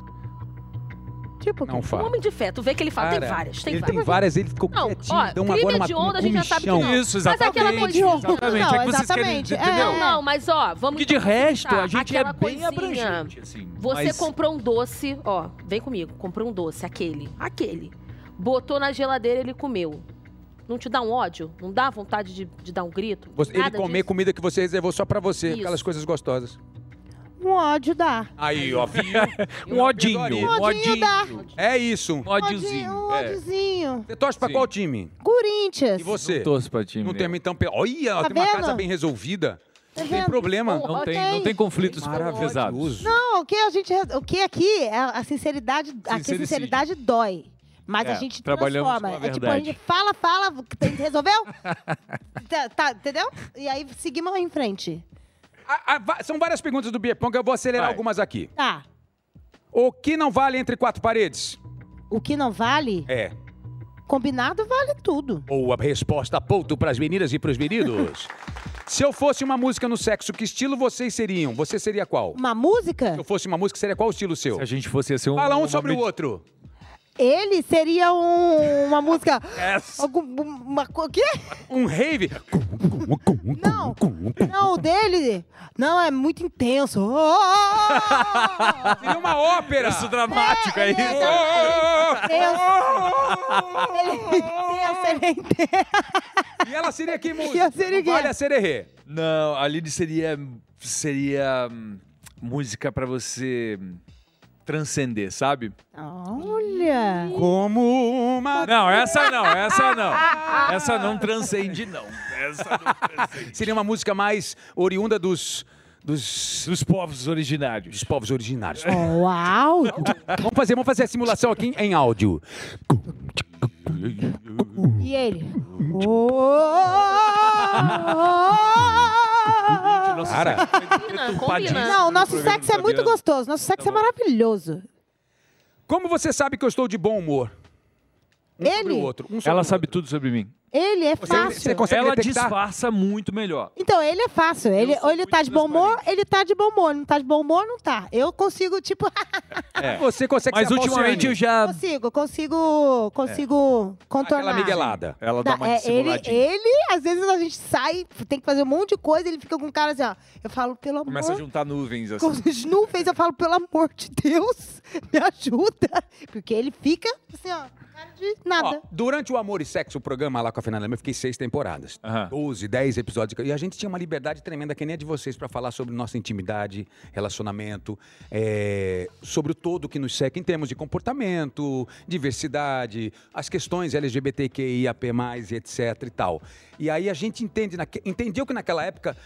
Tipo, Não que- Um fala. homem de fé, tu vê que ele fala, Cara, tem várias, tem ele várias. tem várias, ele ficou Não, quietinho, ó, dão trilha agora uma, de onda a um gente já sabe que comichão. não. Isso, Mas é exatamente. aquela coisinha. Exatamente. Não, é que vocês querem. exatamente. Entendeu? É. Não, mas ó, vamos. Porque de então resto, a pensar, gente é aquela bem coisinha. abrangente, assim. Você mas- comprou um doce, ó, vem comigo, comprou um doce, aquele, aquele. Botou na geladeira, ele comeu. Não te dá um ódio? Não dá vontade de, de dar um grito? Você- ele Nada comer disso? comida que você reservou só pra você, Isso. aquelas coisas gostosas. Um ódio dá. Aí, ó, viu? Um odinho. Um Um odinho dá. odinho. É isso. Um Ódio- odiozinho. Um É. ódiozinho. Você torce pra Sim. qual time? Corinthians. E você? Torço pra time. Não né? tem então. pe- Olha, Tá tem uma casa vendo? bem resolvida. um Não tem Tá vendo? problema. Bom, Não Ok. tem, não tem conflitos pesados. Maravilhoso. Não, o que a gente, o que aqui é a sinceridade, aqui a Sincericídio. sinceridade dói. Mas É, a gente trabalhamos transforma. com a é tipo, a verdade. gente fala, fala, tem- resolveu? tá, tá, entendeu? E aí seguimos em frente. Ah, ah, va- são várias perguntas do Biepong, eu vou acelerar Vai. algumas aqui. Tá. O que não vale entre quatro paredes? O que não vale, É. combinado vale tudo. Boa resposta, ponto pras meninas e pros meninos. Se eu fosse uma música no sexo, que estilo vocês seriam? Você seria qual? Uma música, Se eu fosse uma música, seria qual o estilo seu? Se a gente fosse assim, um. Fala um uma sobre o med- outro. ele seria um- uma música. Essa. Algum, uma, co- o quê? Um rave. Não, não, o dele. Não, é muito intenso. Oh! Seria uma ópera. Isso dramático, é, É, isso? é, é. Tenso. Ele é intenso, ele é intenso. E ela seria que música? E eu seria Não quê? Vale a sererê. Não, a Lid seria. Seria. hum, Música pra você hum, transcender, sabe? Olha. Como uma... Não, essa não, essa não. Essa não transcende, não. Essa não transcende. Seria uma música mais oriunda dos... Dos, Dos povos originários. dos povos originários. Uau! Vamos fazer, vamos fazer a simulação aqui em- em áudio. E ele? Nossa, Cara. Combina, Turpadinho. combina. Não, o nosso Programa sexo é muito italiano. gostoso. Nosso sexo Tá é maravilhoso. Como você sabe que eu estou de bom humor? Um sobre Ele? o outro. Um sobre ela o sabe tudo sobre mim. Ele é Você- fácil. você consegue ela tá- detectar? disfarça muito melhor. Então, ele é fácil. Ele, sou ou ele tá muito de bom humor, ele tá de bom humor. Não tá de bom humor, não tá. Eu consigo, tipo, outro. Você consegue Mas ser a ultimamente eu Falciane. já. consigo, consigo, consigo contornar. É. Aquela miguelada. Ela Dá- dá uma é, ele, dissimuladinha. ele, às vezes a gente sai, tem que fazer um monte de coisa, ele fica com um cara assim, ó. Eu falo, pelo amor Começa a juntar nuvens, com assim. as nuvens, eu falo, pelo amor de Deus, me ajuda. Porque ele fica assim, ó, cara de nada. Ó, durante o Amor e Sexo, o programa lá com a Fernanda Lima, eu fiquei seis temporadas. Aham. 12, 10 episódios. E a gente tinha uma liberdade tremenda, que nem a de vocês, pra falar sobre nossa intimidade, relacionamento, é, sobre o todo que nos seca em termos de comportamento, diversidade, as questões LGBTQIAP+, e etc e tal. E aí a gente entende, naque- entendeu que naquela época,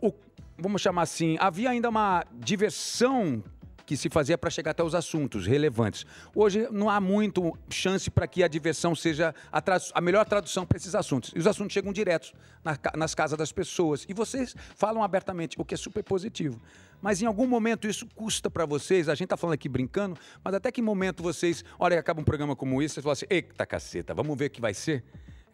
o- vamos chamar assim, havia ainda uma diversão que se fazia para chegar até os assuntos relevantes. Hoje não há muito chance para que a diversão seja a, tra- a melhor tradução para esses assuntos. E os assuntos chegam diretos na ca- nas casas das pessoas. E vocês falam abertamente, o que é super positivo. Mas em algum momento isso custa para vocês. A gente está falando aqui brincando, mas até que momento vocês, olha, acaba um programa como esse, vocês falam assim, eita caceta, vamos ver o que vai ser?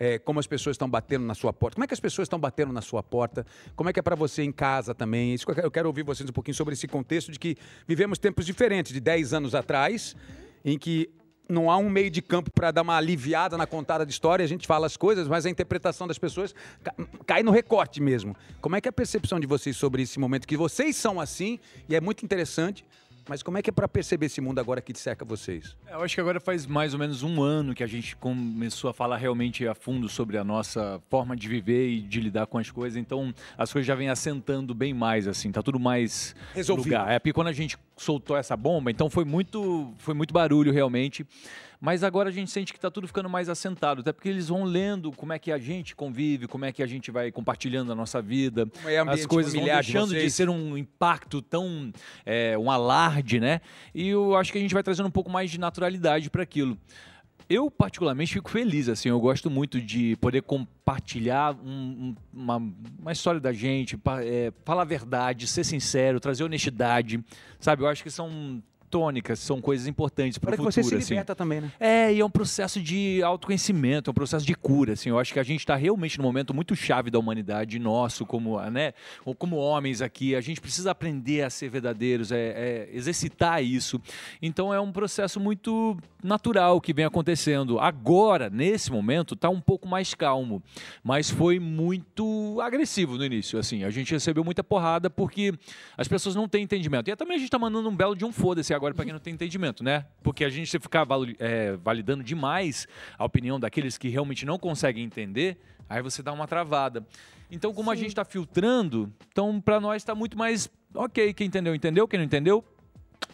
é, como as pessoas estão batendo na sua porta. Como é que as pessoas estão batendo na sua porta? Como é que é para você em casa também? Isso que eu quero- eu quero ouvir vocês um pouquinho sobre esse contexto de que vivemos tempos diferentes de 10 anos atrás, em que não há um meio de campo para dar uma aliviada na contada de história, a gente fala as coisas, mas a interpretação das pessoas ca- cai no recorte mesmo. Como é que é a percepção de vocês sobre esse momento que vocês são assim e é muito interessante, mas como é que é para perceber esse mundo agora que cerca vocês? É, Eu acho que agora faz mais ou menos um ano que a gente começou a falar realmente a fundo sobre a nossa forma de viver e de lidar com as coisas. Então, as coisas já vêm assentando bem mais, assim. Tá tudo mais no Resolvido. lugar. É porque quando a gente soltou essa bomba, então foi muito, foi muito barulho realmente. Mas agora a gente sente que tá tudo ficando mais assentado. Até porque eles vão lendo como é que a gente convive, como é que a gente vai compartilhando a nossa vida. Como é o ambiente as coisas vão familiar de deixando de vocês? ser um impacto tão é, um alarde, né? E eu acho que a gente vai trazendo um pouco mais de naturalidade para aquilo. Eu, particularmente, fico feliz, assim. Eu gosto muito de poder compartilhar um- um- uma, uma história da gente, pa- é, falar a verdade, ser sincero, trazer honestidade, sabe? Eu acho que são tônicas, são coisas importantes para o Para que futuro. você se assim. liberta também, né? É, e é um processo de autoconhecimento, é um processo de cura, assim. Eu acho que a gente está realmente num momento muito chave da humanidade, nosso, como, né, ou como homens aqui. A gente precisa aprender a ser verdadeiros, é, é, exercitar isso. Então é um processo muito natural que vem acontecendo. Agora, nesse momento, tá um pouco mais calmo, mas foi muito agressivo no início, assim. A gente recebeu muita porrada porque as pessoas não têm entendimento. E também a gente tá mandando um belo de um foda-se agora pra quem não tem entendimento, né? Porque a gente se ficar valo- é, validando demais a opinião daqueles que realmente não conseguem entender, aí você dá uma travada. Então, como a gente tá filtrando, então pra nós tá muito mais ok, quem entendeu, entendeu, quem não entendeu,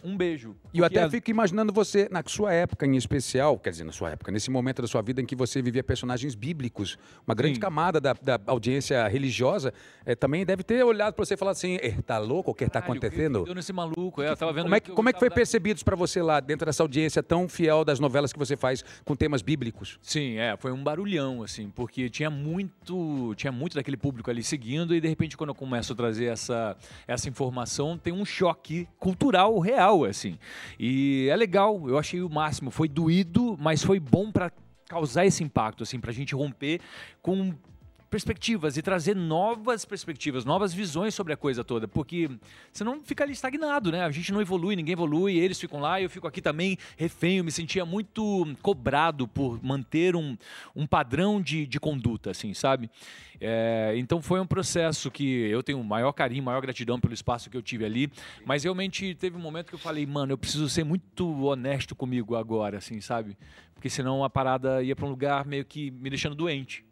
um beijo. E eu Porque até a- fico imaginando você, na sua época em especial, quer dizer, na sua época, nesse momento da sua vida em que você vivia personagens bíblicos, uma grande Sim. camada da, da audiência religiosa eh, também deve ter olhado para você e falado assim: "Eh, tá louco? O que está Caralho, o que que acontecendo? Deu nesse maluco, é, eu tava vendo Como é que, eu como é que foi gostava da- percebido para você lá, dentro dessa audiência tão fiel das novelas que você faz com temas bíblicos? Sim, é, foi um barulhão, assim, porque tinha muito, tinha muito daquele público ali seguindo, e de repente, quando eu começo a trazer essa, essa informação, tem um choque cultural real, assim. E é legal, eu achei o máximo. Foi doído, mas foi bom para causar esse impacto, assim, pra gente romper com perspectivas e trazer novas perspectivas, novas visões sobre a coisa toda, porque senão fica ali estagnado, né? A gente não evolui, ninguém evolui, eles ficam lá, eu fico aqui também refém, eu me sentia muito cobrado por manter um, um padrão de, de conduta, assim, sabe? É, então foi um processo que eu tenho o maior carinho, maior gratidão pelo espaço que eu tive ali, mas realmente teve um momento que eu falei, mano, eu preciso ser muito honesto comigo agora, assim, sabe? Porque senão a parada ia pra um lugar meio que me deixando doente.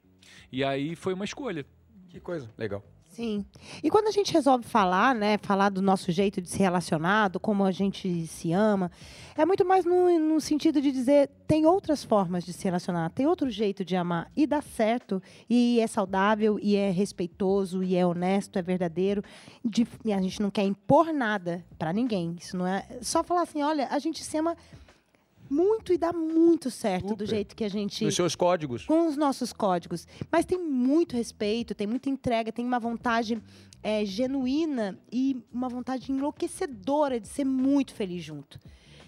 E aí foi uma escolha. Que coisa. Legal. Sim. E quando a gente resolve falar, né? Falar do nosso jeito de se relacionar, do como a gente se ama, é muito mais no, no sentido de dizer tem outras formas de se relacionar, tem outro jeito de amar. E dá certo, e é saudável, e é respeitoso, e é honesto, é verdadeiro. De- e a gente não quer impor nada pra ninguém. Isso não é. Só falar assim, olha, a gente se ama muito e dá muito certo do Super. jeito que a gente Nos seus códigos. com os nossos códigos. Mas tem muito respeito, tem muita entrega, tem uma vontade é, genuína e uma vontade enlouquecedora de ser muito feliz junto.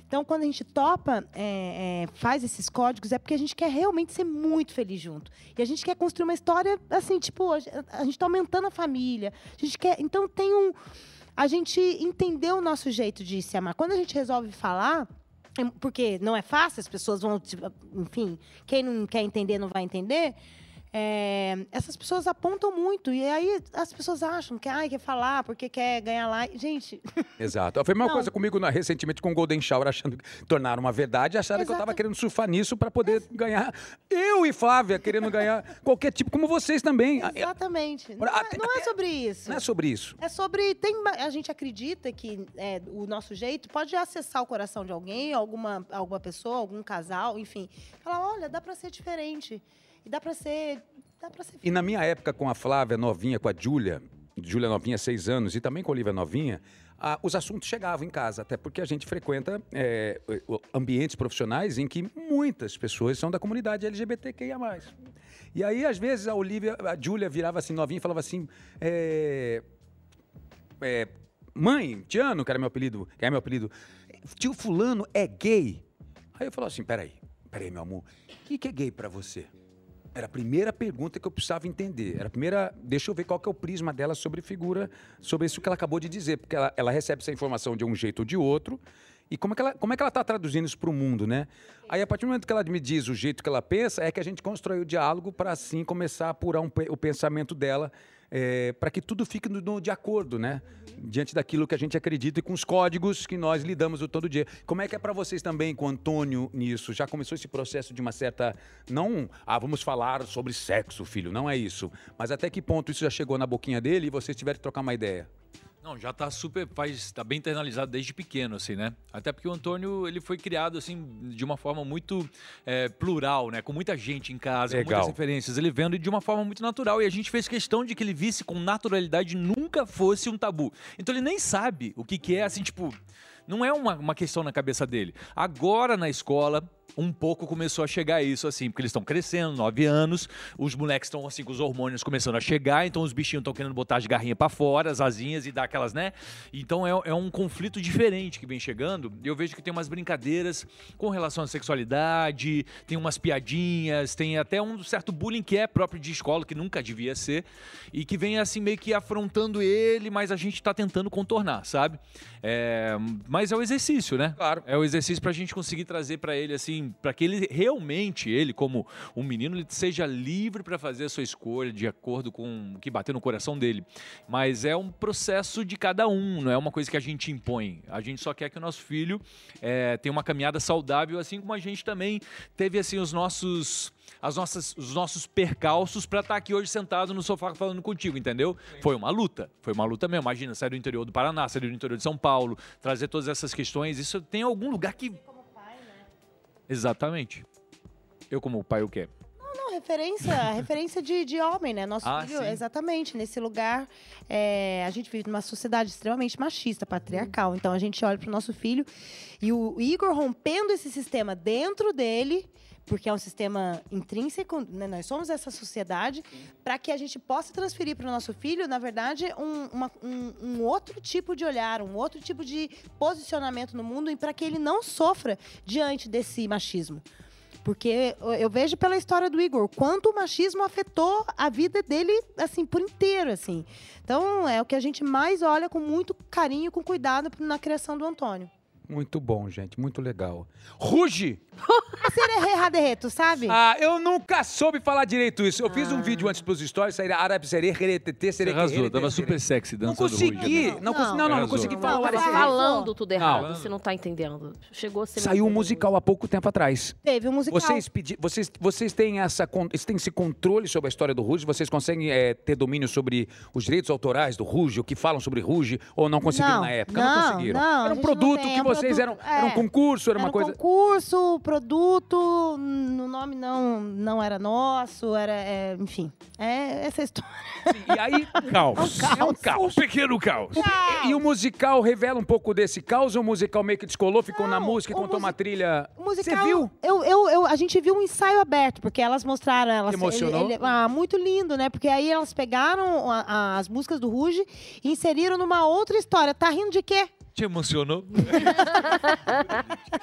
Então, quando a gente topa, é, é, faz esses códigos, é porque a gente quer realmente ser muito feliz junto. E a gente quer construir uma história assim, tipo, a, a gente está aumentando a família. A gente quer. Então, tem um. A gente entendeu o nosso jeito de se amar. Quando a gente resolve falar, é porque não é fácil, as pessoas vão. tipo, Enfim, quem não quer entender não vai entender. É, essas pessoas apontam muito. E aí as pessoas acham que ai, quer falar porque quer ganhar lá. Gente, Exato. Foi a mesma Não. coisa comigo na- recentemente com o Golden Shower, achando que tornaram uma verdade, acharam que eu tava Exato. querendo surfar nisso para poder ganhar. Eu e Flávia querendo ganhar qualquer tipo, como vocês também. Ah, é- exatamente. Não, Ora, é- até- não é até- sobre isso. Não é sobre isso. É sobre. Tem, ma- a gente acredita que é, o nosso jeito pode acessar o coração de alguém, alguma, alguma pessoa, algum casal, enfim. Falar, olha, dá pra ser diferente. E dá pra ser. Dá pra ser E na minha época com a Flávia novinha, com a Júlia, Júlia novinha, seis anos, e também com a Olivia novinha, ah, os assuntos chegavam em casa, até porque a gente frequenta eh, o- o- ambientes profissionais em que muitas pessoas são da comunidade LGBTQIA+. E aí, às vezes, a Olivia, a Júlia virava assim novinha e falava assim... eh, eh, Mãe, Tiano, que era meu apelido, que é meu apelido, tio fulano é gay. Aí eu falava assim, peraí, peraí, meu amor, o que que é gay pra você? Era a primeira pergunta que eu precisava entender. Era a primeira. Deixa eu ver qual que é o prisma dela sobre figura, sobre isso que ela acabou de dizer, porque ela, ela recebe essa informação de um jeito ou de outro. E como é que ela, como é que ela está traduzindo isso para o mundo, né? Aí a partir do momento que ela me diz o jeito que ela pensa, é que a gente constrói o diálogo para assim começar a apurar um pe- o pensamento dela, para que tudo fique no- no- de acordo, né? Diante daquilo que a gente acredita e com os códigos que nós lidamos o todo dia. Como é que é para vocês também com o Antônio nisso? Já começou esse processo de uma certa. Não, ah, vamos falar sobre sexo, filho, não é isso. Mas até que ponto isso já chegou na boquinha dele e vocês tiveram que trocar uma ideia? Não, já tá super, faz, tá bem internalizado desde pequeno, assim, né? Até porque o Antônio, ele foi criado, assim, de uma forma muito é, plural, né? Com muita gente em casa, com Legal. muitas referências. Ele vendo e de uma forma muito natural. E a gente fez questão de que ele visse com naturalidade nunca fosse um tabu. Então ele nem sabe o que que é, assim, tipo... Não é uma, uma questão na cabeça dele. Agora na escola, um pouco começou a chegar isso, assim, porque eles estão crescendo, nove anos, os moleques estão assim com os hormônios começando a chegar, então os bichinhos estão querendo botar as garrinhas pra fora, as asinhas e dar aquelas, né? Então é, é um conflito diferente que vem chegando. E eu vejo que tem umas brincadeiras com relação à sexualidade, tem umas piadinhas, tem até um certo bullying que é próprio de escola, que nunca devia ser, e que vem assim meio que afrontando ele, mas a gente tá tentando contornar, sabe? É, mas é o exercício, né? Claro. É o exercício pra gente conseguir trazer pra ele, assim, pra que ele realmente, ele, como um menino, ele seja livre pra fazer a sua escolha de acordo com o que bater no coração dele. Mas é um processo de cada um, não é uma coisa que a gente impõe. A gente só quer que o nosso filho é, tenha uma caminhada saudável, assim como a gente também teve, assim, os nossos. As nossas, os nossos percalços pra estar aqui hoje sentado no sofá falando contigo, entendeu? Foi uma luta, foi uma luta mesmo. Imagina, sair do interior do Paraná, sair do interior de São Paulo, trazer todas essas questões. Isso tem algum lugar que Como pai, né? Exatamente. Eu, como pai, o quê? Não, referência, referência de, de homem, né? Nosso Ah, filho, sim. exatamente, nesse lugar. é, a gente vive numa sociedade extremamente machista, patriarcal. Então a gente olha pro nosso filho e o Igor rompendo esse sistema dentro dele. Porque é um sistema intrínseco, né? nós somos essa sociedade, para que a gente possa transferir para o nosso filho, na verdade, um, uma- um- um outro tipo de olhar, um outro tipo de posicionamento no mundo e para que ele não sofra diante desse machismo. Porque eu- eu vejo pela história do Igor, quanto o machismo afetou a vida dele, assim, por inteiro, assim. Então, é o que a gente mais olha com muito carinho, com cuidado na criação do Antônio. Muito bom, gente. Muito legal. Ruge! Sererê raderreto, sabe? Ah, eu nunca soube falar direito isso. Eu Ah. fiz um vídeo antes pros stories, saía árabe, serê, heretetê, Você serê, arrasou, herê, tava tê, serê. super sexy Não dançando né? consegui. Ruge. Não, cons- não, não, Não. não Arrasou. consegui Não, falar. Tava Parece- falando tudo errado, Falando. você não tá entendendo. Chegou a ser Saiu um misterioso. musical há pouco tempo atrás. Teve um musical. Vocês, pedi, vocês, vocês, têm essa, con- vocês têm esse controle sobre a história do Ruge? Vocês conseguem eh, ter domínio sobre os direitos autorais do Ruge, o que falam sobre Ruge, ou não conseguiram Não, na época? Não, não, conseguiram. não, a era um gente não produto tem, que é um vocês produto- eram. Era um é. concurso, era, Era uma um coisa. concurso, produto, no nome não, não era nosso, era, é, enfim, é essa história. E aí. Caos. É um caos. Um pequeno caos. E o musical revela um pouco desse caos ou o musical meio que descolou, ficou na Não, música e o contou uma musi- trilha. O musical, Você viu? Eu, eu, eu- a gente viu um ensaio aberto, porque elas mostraram. Elas, Te emocionou? ah, muito lindo, né? Porque aí elas pegaram a- a- as músicas do Ruge e inseriram numa outra história. Tá rindo de quê? Te emocionou?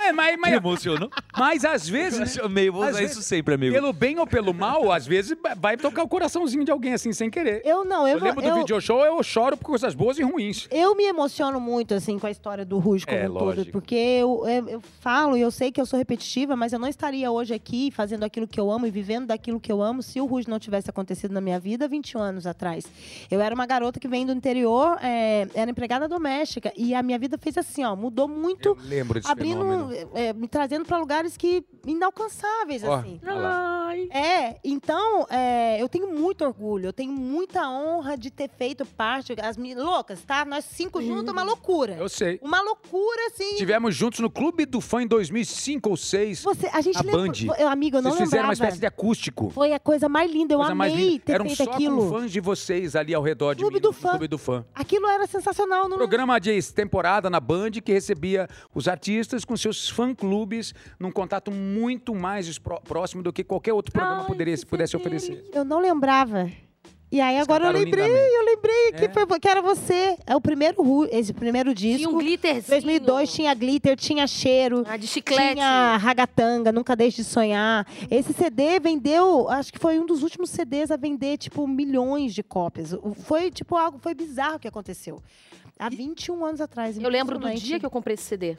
É, mas, Te mas, emocionou? mas às vezes. Eu amei, vou Às usar vezes- isso sempre, amigo. Pelo bem ou pelo mal, às vezes vai tocar o coraçãozinho de alguém assim, sem querer. Eu não, eu Eu lembro do eu, video show, eu choro por coisas boas e ruins. eu me emociono muito, assim, com a história do Ruge como É, um todo. lógico. Porque eu, eu, eu falo e eu sei que eu sou repetitiva, mas eu não estaria hoje aqui fazendo aquilo que eu amo e vivendo daquilo que eu amo se o Ruge não tivesse acontecido na minha vida 20 anos atrás. Eu era uma garota que vem do interior, é, era empregada doméstica. E a minha vida fez assim, ó, mudou muito. lembro desse abrindo, é, é, me trazendo para lugares que inalcançáveis, Ó. assim. Olha lá. Ai. É, então é, eu tenho muito orgulho, eu tenho muita honra de ter feito parte. As meninas loucas, tá? Nós cinco juntos, uma loucura. Eu sei. Uma loucura, assim. Estivemos juntos no Clube do Fã em 2005 ou 2006. Você, a gente A lembra- Band. Eu, amigo, eu não Vocês fizeram uma lembrava. espécie de acústico. Foi a coisa mais linda, eu Coisa mais amei linda. ter Eram feito só com aquilo. fãs de vocês ali ao redor de Clube mim. do no Fã. Clube do Fã. Aquilo era sensacional, não Um Programa de temporada na Band que recebia os artistas com seus fã-clubes num contato muito mais espro- próximo do que qualquer outro programa Ai, poderia, que pudesse delícia. oferecer. Eu não lembrava. E aí agora eu cantaram lembrei, lindamente. eu lembrei que, É. foi, vo- que era você. É o primeiro, Ru- esse primeiro Tinha um disco. glitterzinho. 2002 tinha glitter, tinha cheiro. Ah, de chiclete. Tinha ragatanga, nunca deixe de sonhar. Esse CD vendeu, acho que foi um dos últimos CDs a vender, tipo, milhões de cópias. O- Foi, tipo, algo, foi bizarro o que aconteceu. Há 21 anos atrás. Eu lembro do dia que eu comprei esse CD.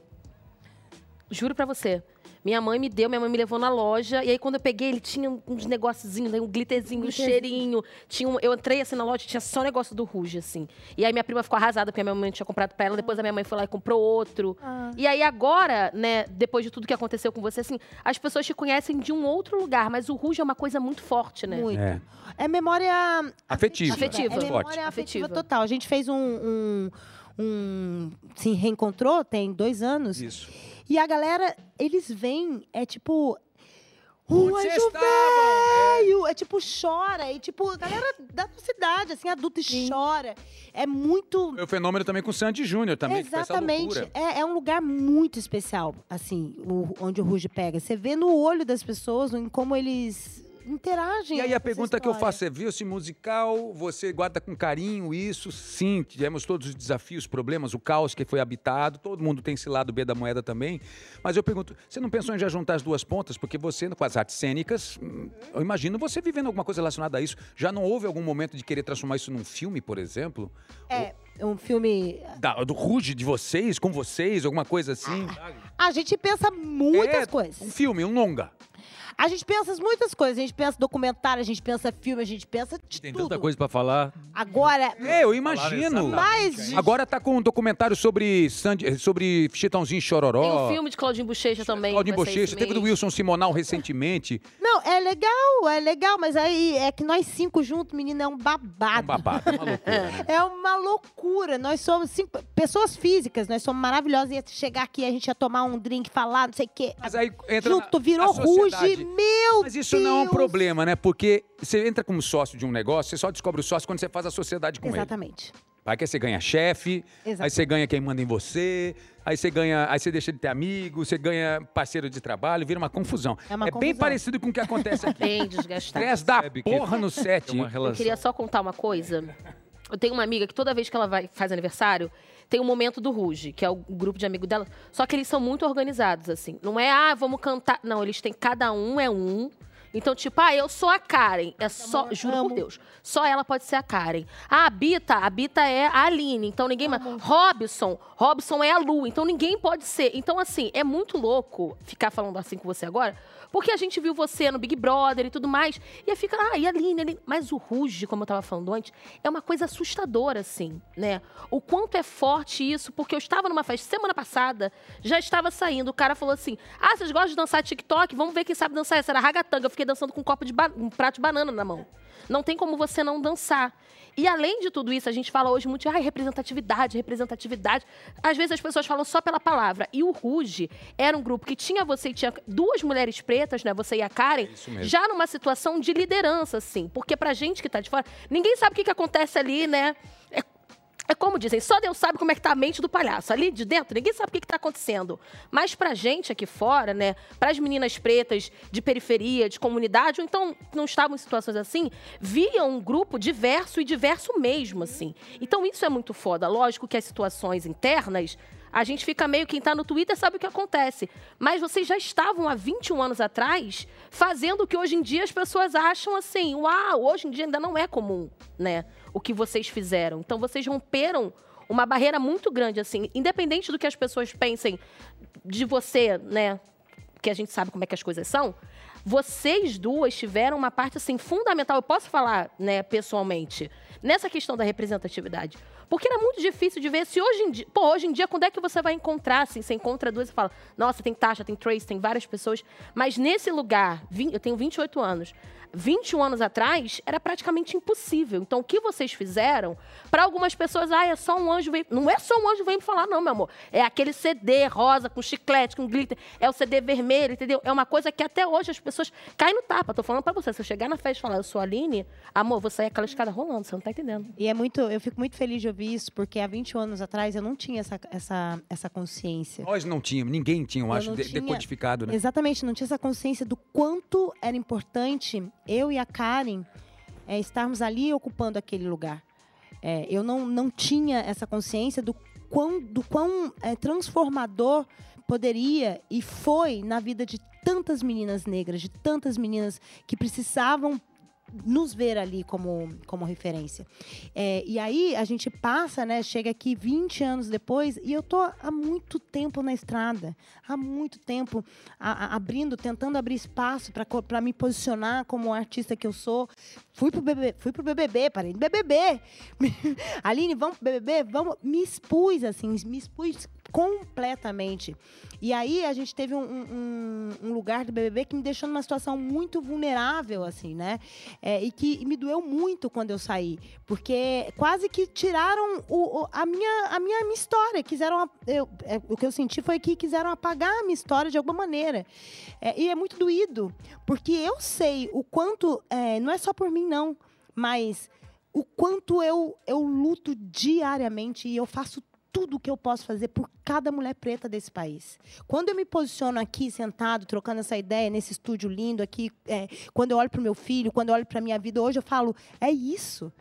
Juro pra você. Minha mãe me deu, minha mãe me levou na loja. E aí, quando eu peguei, ele tinha uns negocinhos, um glitterzinho, um Glitterzinho. cheirinho. Tinha um- eu entrei assim na loja, tinha só um negócio do Ruge, assim. E aí, minha prima ficou arrasada, porque a minha mãe tinha comprado pra ela. Depois, a minha mãe foi lá e comprou outro. Ah. E aí, agora, né, depois de tudo que aconteceu com você, assim, as pessoas te conhecem de um outro lugar. Mas o Ruge é uma coisa muito forte, né? Muito. É. É. memória Afetiva. Afetiva. É memória Forte. afetiva, Afetiva. total. A gente fez um, um, um- se reencontrou tem dois anos Isso. e a galera eles vêm é tipo O Onde vocês anjo estavam? veio! É tipo, chora. E tipo, a galera da nossa cidade, assim, adulta, e chora. É muito... Meu fenômeno também com o Sandy Júnior também. que foi essa Exatamente. loucura. É, é um lugar muito especial, assim, o- onde o Ruge pega. Você vê no olho das pessoas, em como eles interagem. E aí com a essa pergunta que eu história. faço é, viu esse musical, você guarda com carinho isso? Sim, tivemos todos os desafios, problemas, o caos que foi habitado, todo mundo tem esse lado B da moeda também. Mas eu pergunto, você não pensou em já juntar as duas pontas? Porque você, com as artes cênicas, hum, eu imagino você vivendo alguma coisa relacionada a isso. Já não houve algum momento de querer transformar isso num filme, por exemplo? É, é um filme. Da- do ruge de vocês, com vocês, alguma coisa assim? A gente pensa muitas É, Um coisas. filme, um longa. A gente pensa muitas coisas. A gente pensa documentário, a gente pensa filme, a gente pensa de Tem tudo. tanta coisa pra falar. Agora, É, eu imagino. mais Agora tá com um documentário sobre Sandy, sobre Chitãozinho e Chororó. Tem um filme de Claudinho Bochecha também. Claudinho que vai sair Bochecha, esse teve do mês. Wilson Simonal recentemente. um Não, é legal, é legal, mas aí é que nós cinco juntos, menina, é um Um babado. babado, uma loucura. né? É uma loucura. Nós somos cinco pessoas físicas, nós somos maravilhosas. Ia chegar aqui, a gente ia tomar um drink, falar, não sei o quê. Mas aí entra Junto, na- virou na sociedade. ruge, meu Mas isso não é um Deus. problema, né? Porque você entra como sócio de um negócio, você só descobre o sócio quando você faz a sociedade com ele. Exatamente. Aí que você ganha chefe, Exato. aí você ganha quem manda em você, aí você ganha, aí você deixa de ter amigo, você ganha parceiro de trabalho, vira uma confusão. É uma bem confusão. parecido com o que acontece aqui. Bem desgastado. Estresse da Percebe que porra no set. É uma Eu relação. queria só contar uma coisa. Eu tenho uma amiga que toda vez que ela vai, faz aniversário, tem um momento do Ruge, que é o grupo de amigo dela. Só que eles são muito organizados, assim. Não é, ah, vamos cantar. Não, eles têm, cada um é um. Então, tipo, ah, eu sou a Karen. É só, juro por Deus, só ela pode ser a Karen. Ah, a Bita, a Bita é a Aline, então ninguém mais. Robson, Robson é a Lu, então ninguém pode ser. Então, assim, é muito louco ficar falando assim com você agora, porque a gente viu você no Big Brother e tudo mais, e aí fica, ah, e a Aline, a Aline. Mas o Ruge, como eu tava falando antes, é uma coisa assustadora, assim, né? O quanto é forte isso, porque eu estava numa festa semana passada, já estava saindo, o cara falou assim, ah, vocês gostam de dançar TikTok? Vamos ver quem sabe dançar essa. Era ragatanga, eu fiquei dançando com um, copo de ba- um prato de banana na mão. Não tem como você não dançar. E além de tudo isso, a gente fala hoje muito de "Ai, representatividade, representatividade. Às vezes as pessoas falam só pela palavra. E o Ruge era um grupo que tinha você e tinha duas mulheres pretas, né? Você e a É Karen, isso mesmo. já numa situação de liderança, assim. Porque pra gente que tá de fora, ninguém sabe o que, que acontece ali, né? É é como dizem, só Deus sabe como é que tá a mente do palhaço. Ali de dentro, ninguém sabe o que, que tá acontecendo. Mas pra gente aqui fora, né? Pras meninas pretas de periferia, de comunidade, ou então não estavam em situações assim, via um grupo diverso e diverso mesmo, assim. Então isso é muito foda. Lógico que as situações internas. A gente fica meio quem tá no Twitter sabe o que acontece. Mas vocês já estavam há 21 anos atrás fazendo o que hoje em dia as pessoas acham assim, uau, hoje em dia ainda não é comum, né? O que vocês fizeram. Então vocês romperam uma barreira muito grande assim, independente do que as pessoas pensem de você, né? Que a gente sabe como é que as coisas são. Vocês duas tiveram uma parte assim fundamental, eu posso falar, né, pessoalmente, nessa questão da representatividade. Porque era muito difícil de ver se hoje em dia. Pô, hoje em dia, quando é que você vai encontrar, assim? Você encontra duas e fala, nossa, tem Tasha, tem Trace, tem várias pessoas. Mas nesse lugar, vin- eu tenho 28 anos. 21 anos atrás, era praticamente impossível. Então, o que vocês fizeram, para algumas pessoas, ah, é só um anjo vem. Não é só um anjo vem me falar, não, meu amor. É aquele CD rosa, com chiclete, com glitter. É o CD vermelho, entendeu? É uma coisa que até hoje as pessoas caem no tapa. Tô falando pra você. Se eu chegar na festa e falar, eu sou a Aline, amor, vou sair aquela escada rolando, você não tá entendendo. E é muito, eu fico muito feliz de ouvir isso, porque há 20 anos atrás eu não tinha essa, essa, essa consciência. Nós não tínhamos, ninguém tinha, eu Eu acho, não de- tinha. decodificado, né? Exatamente, não tinha essa consciência do quanto era importante eu e a Karen é, estarmos ali ocupando aquele lugar. É, eu não, não tinha essa consciência do quão, do quão é, transformador poderia e foi na vida de tantas meninas negras, de tantas meninas que precisavam nos ver ali como, como referência. É, e aí a gente passa, né? Chega aqui 20 anos depois e eu tô há muito tempo na estrada, há muito tempo a- a- abrindo, tentando abrir espaço para me posicionar como artista que eu sou. Fui pro BBB, fui pro BBB, parei no BBB. Aline, vamos pro BBB, vamos, me expus assim, me expus completamente. E aí a gente teve um, um- um lugar do BBB que me deixou numa situação muito vulnerável, assim, né? É, e que me doeu muito quando eu saí, porque quase que tiraram o- o- a, minha, a, minha, a minha história. Quiseram. a- eu- é, o que eu senti foi que quiseram apagar a minha história de alguma maneira. É, e é muito doído, porque eu sei o quanto. é, não é só por mim, não, mas o quanto eu, eu luto diariamente e eu faço tudo o que eu posso fazer por cada mulher preta desse país. Quando eu me posiciono aqui, sentado, trocando essa ideia, nesse estúdio lindo aqui, é, quando eu olho para o meu filho, quando eu olho para minha vida hoje, eu falo, é isso.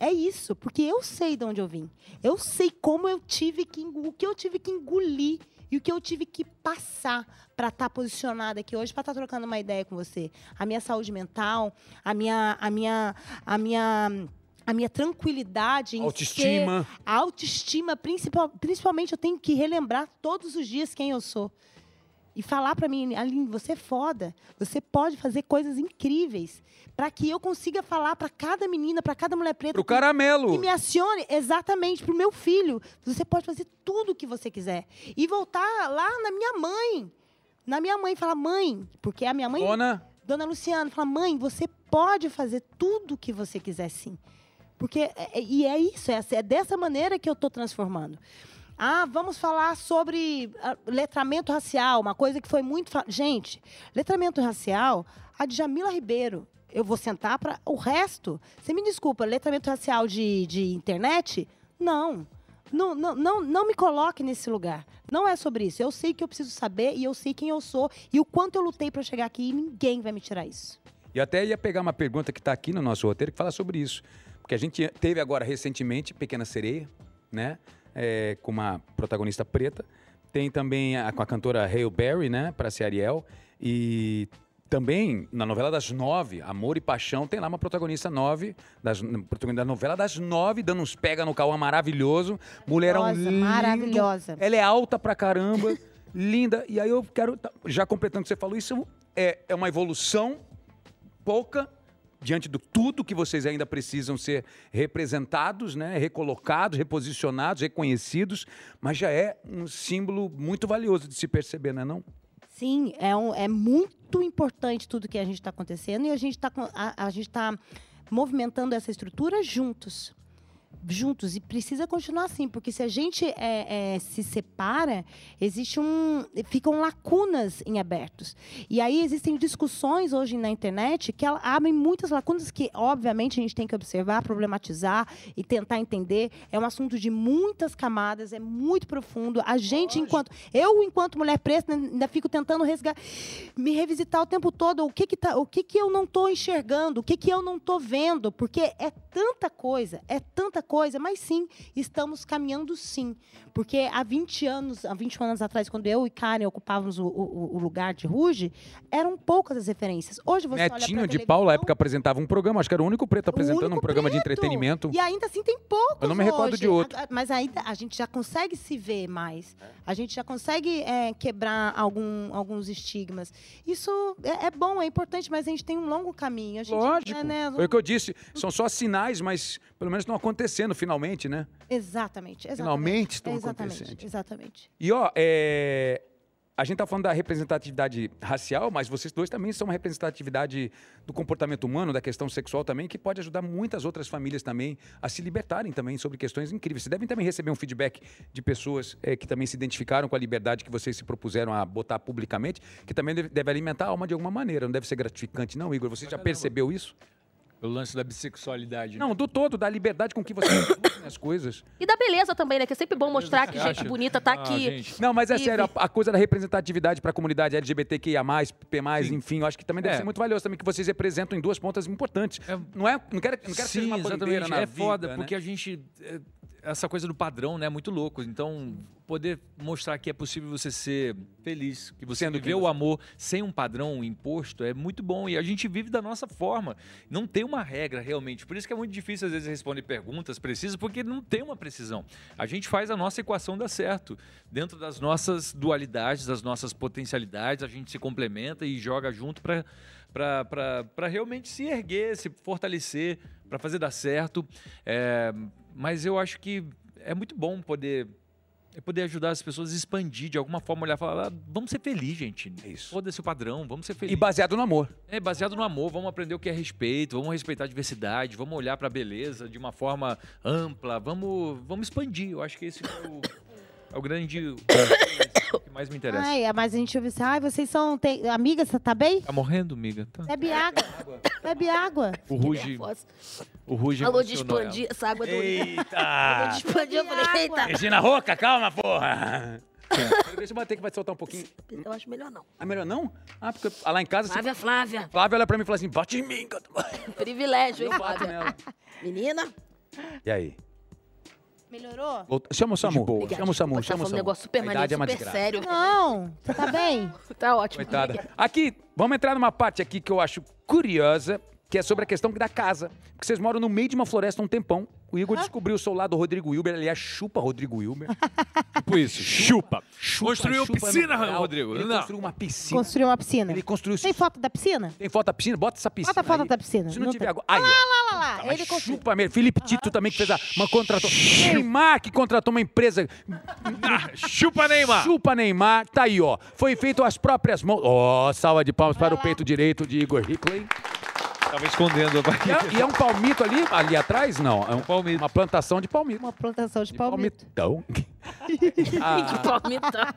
É isso, porque eu sei de onde eu vim. Eu sei como eu tive que engo- o que eu tive que engolir e o que eu tive que passar para estar posicionada aqui hoje, para estar trocando uma ideia com você. A minha saúde mental, a minha a minha a minha a minha tranquilidade em ser- Autoestima. a autoestima, principal- principalmente, eu tenho que relembrar todos os dias quem eu sou. E falar pra mim, Aline, você é foda. Você pode fazer coisas incríveis. Pra que eu consiga falar pra cada menina, pra cada mulher preta. Pro que- que caramelo. me acione exatamente pro meu filho. Você pode fazer tudo o que você quiser. E voltar lá na minha mãe. Na minha mãe, falar, mãe, porque a minha mãe. Dona, Dona Luciana fala: mãe, você pode fazer tudo o que você quiser, sim. Porque, é- é- e é isso, é, assim, é dessa maneira que eu estou transformando. Ah, vamos falar sobre ah, letramento racial, uma coisa que foi muito. fa- Gente, letramento racial, a Djamila Ribeiro. Eu vou sentar para o resto. Você me desculpa, letramento racial de, de internet? Não. Não, não, não, não me coloque nesse lugar. Não é sobre isso. Eu sei que eu preciso saber e eu sei quem eu sou e o quanto eu lutei para chegar aqui e ninguém vai me tirar isso. E até ia pegar uma pergunta que está aqui no nosso roteiro que fala sobre isso. Porque a gente teve agora recentemente Pequena Sereia, né? É, com uma protagonista preta. Tem também a, com a cantora Hale Berry, né? Para ser Ariel. E também na novela das nove, Amor e Paixão, tem lá uma protagonista nove, das, protagonista da novela das nove, dando uns pega no Cauã maravilhoso. Mulherão Maravilhosa, lindo. maravilhosa. Ela é alta pra caramba, linda. E aí eu quero, tá, já completando o que você falou, isso é, é uma evolução pouca diante do tudo que vocês ainda precisam ser representados, né, recolocados, reposicionados, reconhecidos, mas já é um símbolo muito valioso de se perceber, não é não? Sim, é, um- é muito importante tudo que a gente está acontecendo e a gente está a, a gente tá movimentando essa estrutura juntos. Juntos. E precisa continuar assim, porque se a gente é, é, se separa, existe um. ficam lacunas em abertos. E aí existem discussões hoje na internet que ela- abrem muitas lacunas que, obviamente, a gente tem que observar, problematizar e tentar entender. É um assunto de muitas camadas, é muito profundo. A gente, enquanto. Eu, enquanto mulher preta, né, ainda fico tentando resgatar, me revisitar o tempo todo. O que que, tá, o que, que eu não estou enxergando? O que, que eu não estou vendo? Porque é tanta coisa, é tanta coisa. Mas sim, estamos caminhando sim. Porque há 20 anos, há 21 anos atrás, quando eu e Karen ocupávamos o, o- o lugar de Ruge, eram poucas as referências. Hoje você olha Netinho pra de televisão, Paula, à época, apresentava um programa, acho que era o único preto o apresentando um único programa de preto. entretenimento. E ainda assim tem poucos Eu não me recordo hoje. de outro. É? A- a- Mas ainda a gente já consegue se ver mais. A gente já consegue é, quebrar algum, alguns estigmas. Isso é, é bom, é importante, mas a gente tem um longo caminho. A gente, Lógico. né, né, Foi o que eu disse, são só sinais, mas pelo menos estão acontecendo finalmente, né? Exatamente, exatamente. Finalmente estão acontecendo. Exatamente, exatamente. E ó, é, a gente tá falando da representatividade racial, mas vocês dois também são uma representatividade do comportamento humano, da questão sexual também, que pode ajudar muitas outras famílias também a se libertarem também sobre questões incríveis. Vocês devem também receber um feedback de pessoas é, que também se identificaram com a liberdade que vocês se propuseram a botar publicamente, que também deve, deve alimentar a alma de alguma maneira. Não deve ser gratificante, não, Igor. Você já percebeu isso? Pelo lance da bissexualidade. né? Não, do todo, da liberdade com que vocês produzem as coisas. E da beleza também, né? Que é sempre bom mostrar que você gente acha? bonita tá Ah, aqui. gente. Não, mas é E- sério, a, a coisa da representatividade para a comunidade LGBTQIA, P, enfim, eu acho que também deve É. ser muito valioso também que vocês representam em duas pontas importantes. É. Não é? Não quero, não quero que seja uma exatamente. bandeira na É vida, foda, né? porque a gente. é, Essa coisa do padrão, né? É muito louco. Então, poder mostrar que é possível você ser feliz, que você Sendo Sendo quem viver o você- amor sem um padrão imposto é muito bom. E a gente vive da nossa forma. Não tem uma regra, realmente. Por isso que é muito difícil, às vezes, responder perguntas precisas, porque não tem uma precisão. A gente faz a nossa equação dar certo. Dentro das nossas dualidades, das nossas potencialidades, a gente se complementa e joga junto para para realmente se erguer, se fortalecer, para fazer dar certo. É, mas eu acho que é muito bom poder É poder ajudar as pessoas a expandir, de alguma forma, olhar e falar, "Ah, vamos ser felizes, gente. Isso. Foda-se o padrão, vamos ser E felizes. baseado no amor. É baseado no amor, vamos aprender o que é respeito, vamos respeitar a diversidade, vamos olhar para a beleza de uma forma ampla, vamos, vamos expandir. Eu acho que esse é o, é o grande o que mais me interessa. Ai, mas a gente ouve assim, ai, vocês são. Tem... Amiga, você tá bem? Tá morrendo, miga? Tá. Bebe água. Bebe água. O Ruge, Nervosa. o Ruge Falou de emocionou ela. expandir essa água do Falou de Eita! expandir, eu falei, Água. eita. Regina Roca, calma, porra! Deixa eu bater que vai soltar um pouquinho. Eu acho melhor não. Ah, melhor não? Ah, porque lá em casa, você... Flávia, Flávia. Flávia olha pra mim e fala assim, bate em mim, cara. Privilégio, hein, Eu bato Flávia? nela. Menina, E aí? Melhorou? Volta- Chama o Samu. boa. Chama o Samu, chama o tá falando um Samu. negócio super A maneiro, idade é uma super desgraça. sério. Não, você tá bem? Tá ótimo. Coitada. Aqui, vamos entrar numa parte aqui que eu acho curiosa, que é sobre a questão da casa. Porque vocês moram no meio de uma floresta há um tempão. O Igor descobriu o seu lado Rodrigo Wilber. Aliás, chupa Rodrigo Wilber. Tipo isso, chupa. Chupa, Construiu chupa no piscina, geral. Rodrigo. Ele Não. construiu uma piscina. Construiu uma piscina. Ele construiu... Tem foto da piscina? Tem foto da piscina? Bota essa piscina Bota a foto aí. da piscina. Se não, Não tiver tem. agora... Aí, ó. Olha lá, lá, lá. Ele Mas construiu. chupa mesmo. Felipe Tito também que fez a, uma contratou. Neymar que contratou uma empresa. Ah, chupa, Neymar! Chupa Neymar, tá aí, ó. Foi feito às próprias mãos. Ó, salva de palmas para o peito direito de Igor Hickley. Tava escondendo a E barriga. é, e é um palmito ali, ali atrás? Não, é um, palmito. uma plantação de palmito. Uma plantação de De palmito. palmitão. Que palmita.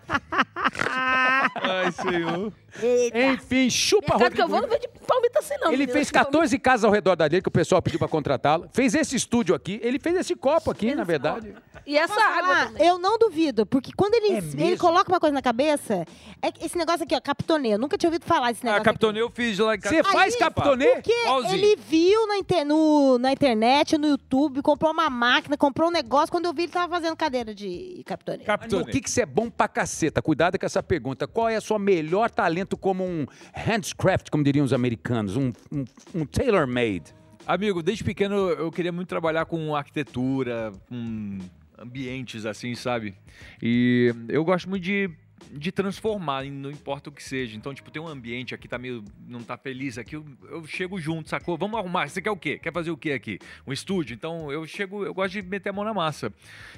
Ai, senhor. Eita. Enfim, chupa Mercado que eu vou, Rodrigo. não vou de palmita assim, não. Ele menina. fez Acho que palmito- 14 casas ao redor da dele, que o pessoal pediu pra contratá-lo. Fez esse estúdio aqui, ele fez esse copo aqui, na verdade. E essa Posso água falar? também. eu não duvido, porque quando ele, É ele mesmo? coloca uma coisa na cabeça, é que esse negócio aqui, ó, captonê. Eu nunca tinha ouvido falar esse negócio. Ah, aqui. captonê eu fiz lá em casa. Você faz captonê? Porque Pause. ele viu na, inter- no- na internet, no YouTube, comprou uma máquina, comprou um negócio. Quando eu vi, ele tava fazendo cadeira de captonê. No Captonê. que que você é bom pra caceta? Cuidado com essa pergunta. Qual é o seu melhor talento como um handcraft, como diriam os americanos? Um, um, um tailor-made? Amigo, desde pequeno eu queria muito trabalhar com arquitetura, com ambientes assim, sabe? E eu gosto muito de, de transformar, e não importa o que seja. Então, tipo, tem um ambiente aqui tá meio não tá feliz aqui, eu, eu chego junto, sacou? Vamos arrumar. Você quer o quê? Quer fazer o quê aqui? Um estúdio. Então, eu chego, eu gosto de meter a mão na massa.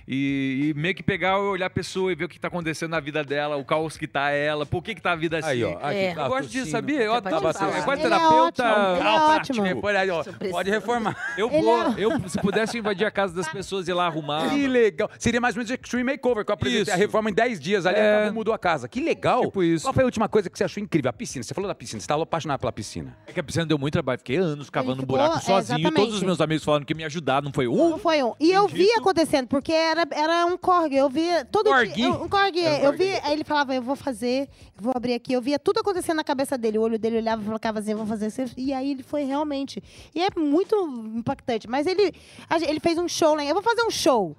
E, e meio que pegar, olhar a pessoa e ver o que tá acontecendo na vida dela, o caos que tá ela, por que que tá a vida assim. Aí, ó. Aqui É. tá Eu gosto disso, tossindo. sabia? Eu Tá adoro batendo. É quase Ele é terapeuta. ótimo, ele é alfático. ótimo. Olha aí, ó. Surpresa. Pode reformar. Eu Ele vou, é- eu, se pudesse invadir a casa das pessoas e ir lá arrumar. Que legal. Seria mais ou menos Extreme Makeover, que eu apresentei Ah, Isso. a reforma em 10 dias ali, É. acabou, mudou a casa. Que legal. Tipo isso. Qual foi a última coisa que você achou incrível? A piscina. Você falou da piscina, você estava apaixonado pela piscina. É que a piscina deu muito trabalho, fiquei anos cavando um ficou- buraco é, sozinho. Todos os exatamente. meus amigos falaram que me ajudaram, não foi um. Não foi um. E eu vi acontecendo, porque era, era um corg. Eu via todo Corgi? dia. Um corg. Era um eu corgi. via. Aí ele falava, eu vou fazer, eu vou abrir aqui. Eu via tudo acontecendo na cabeça dele. O olho dele olhava e falava assim, eu vou fazer isso. E aí ele foi realmente. E é muito impactante. Mas ele, a gen- ele fez um show lá. em- Eu vou fazer um show.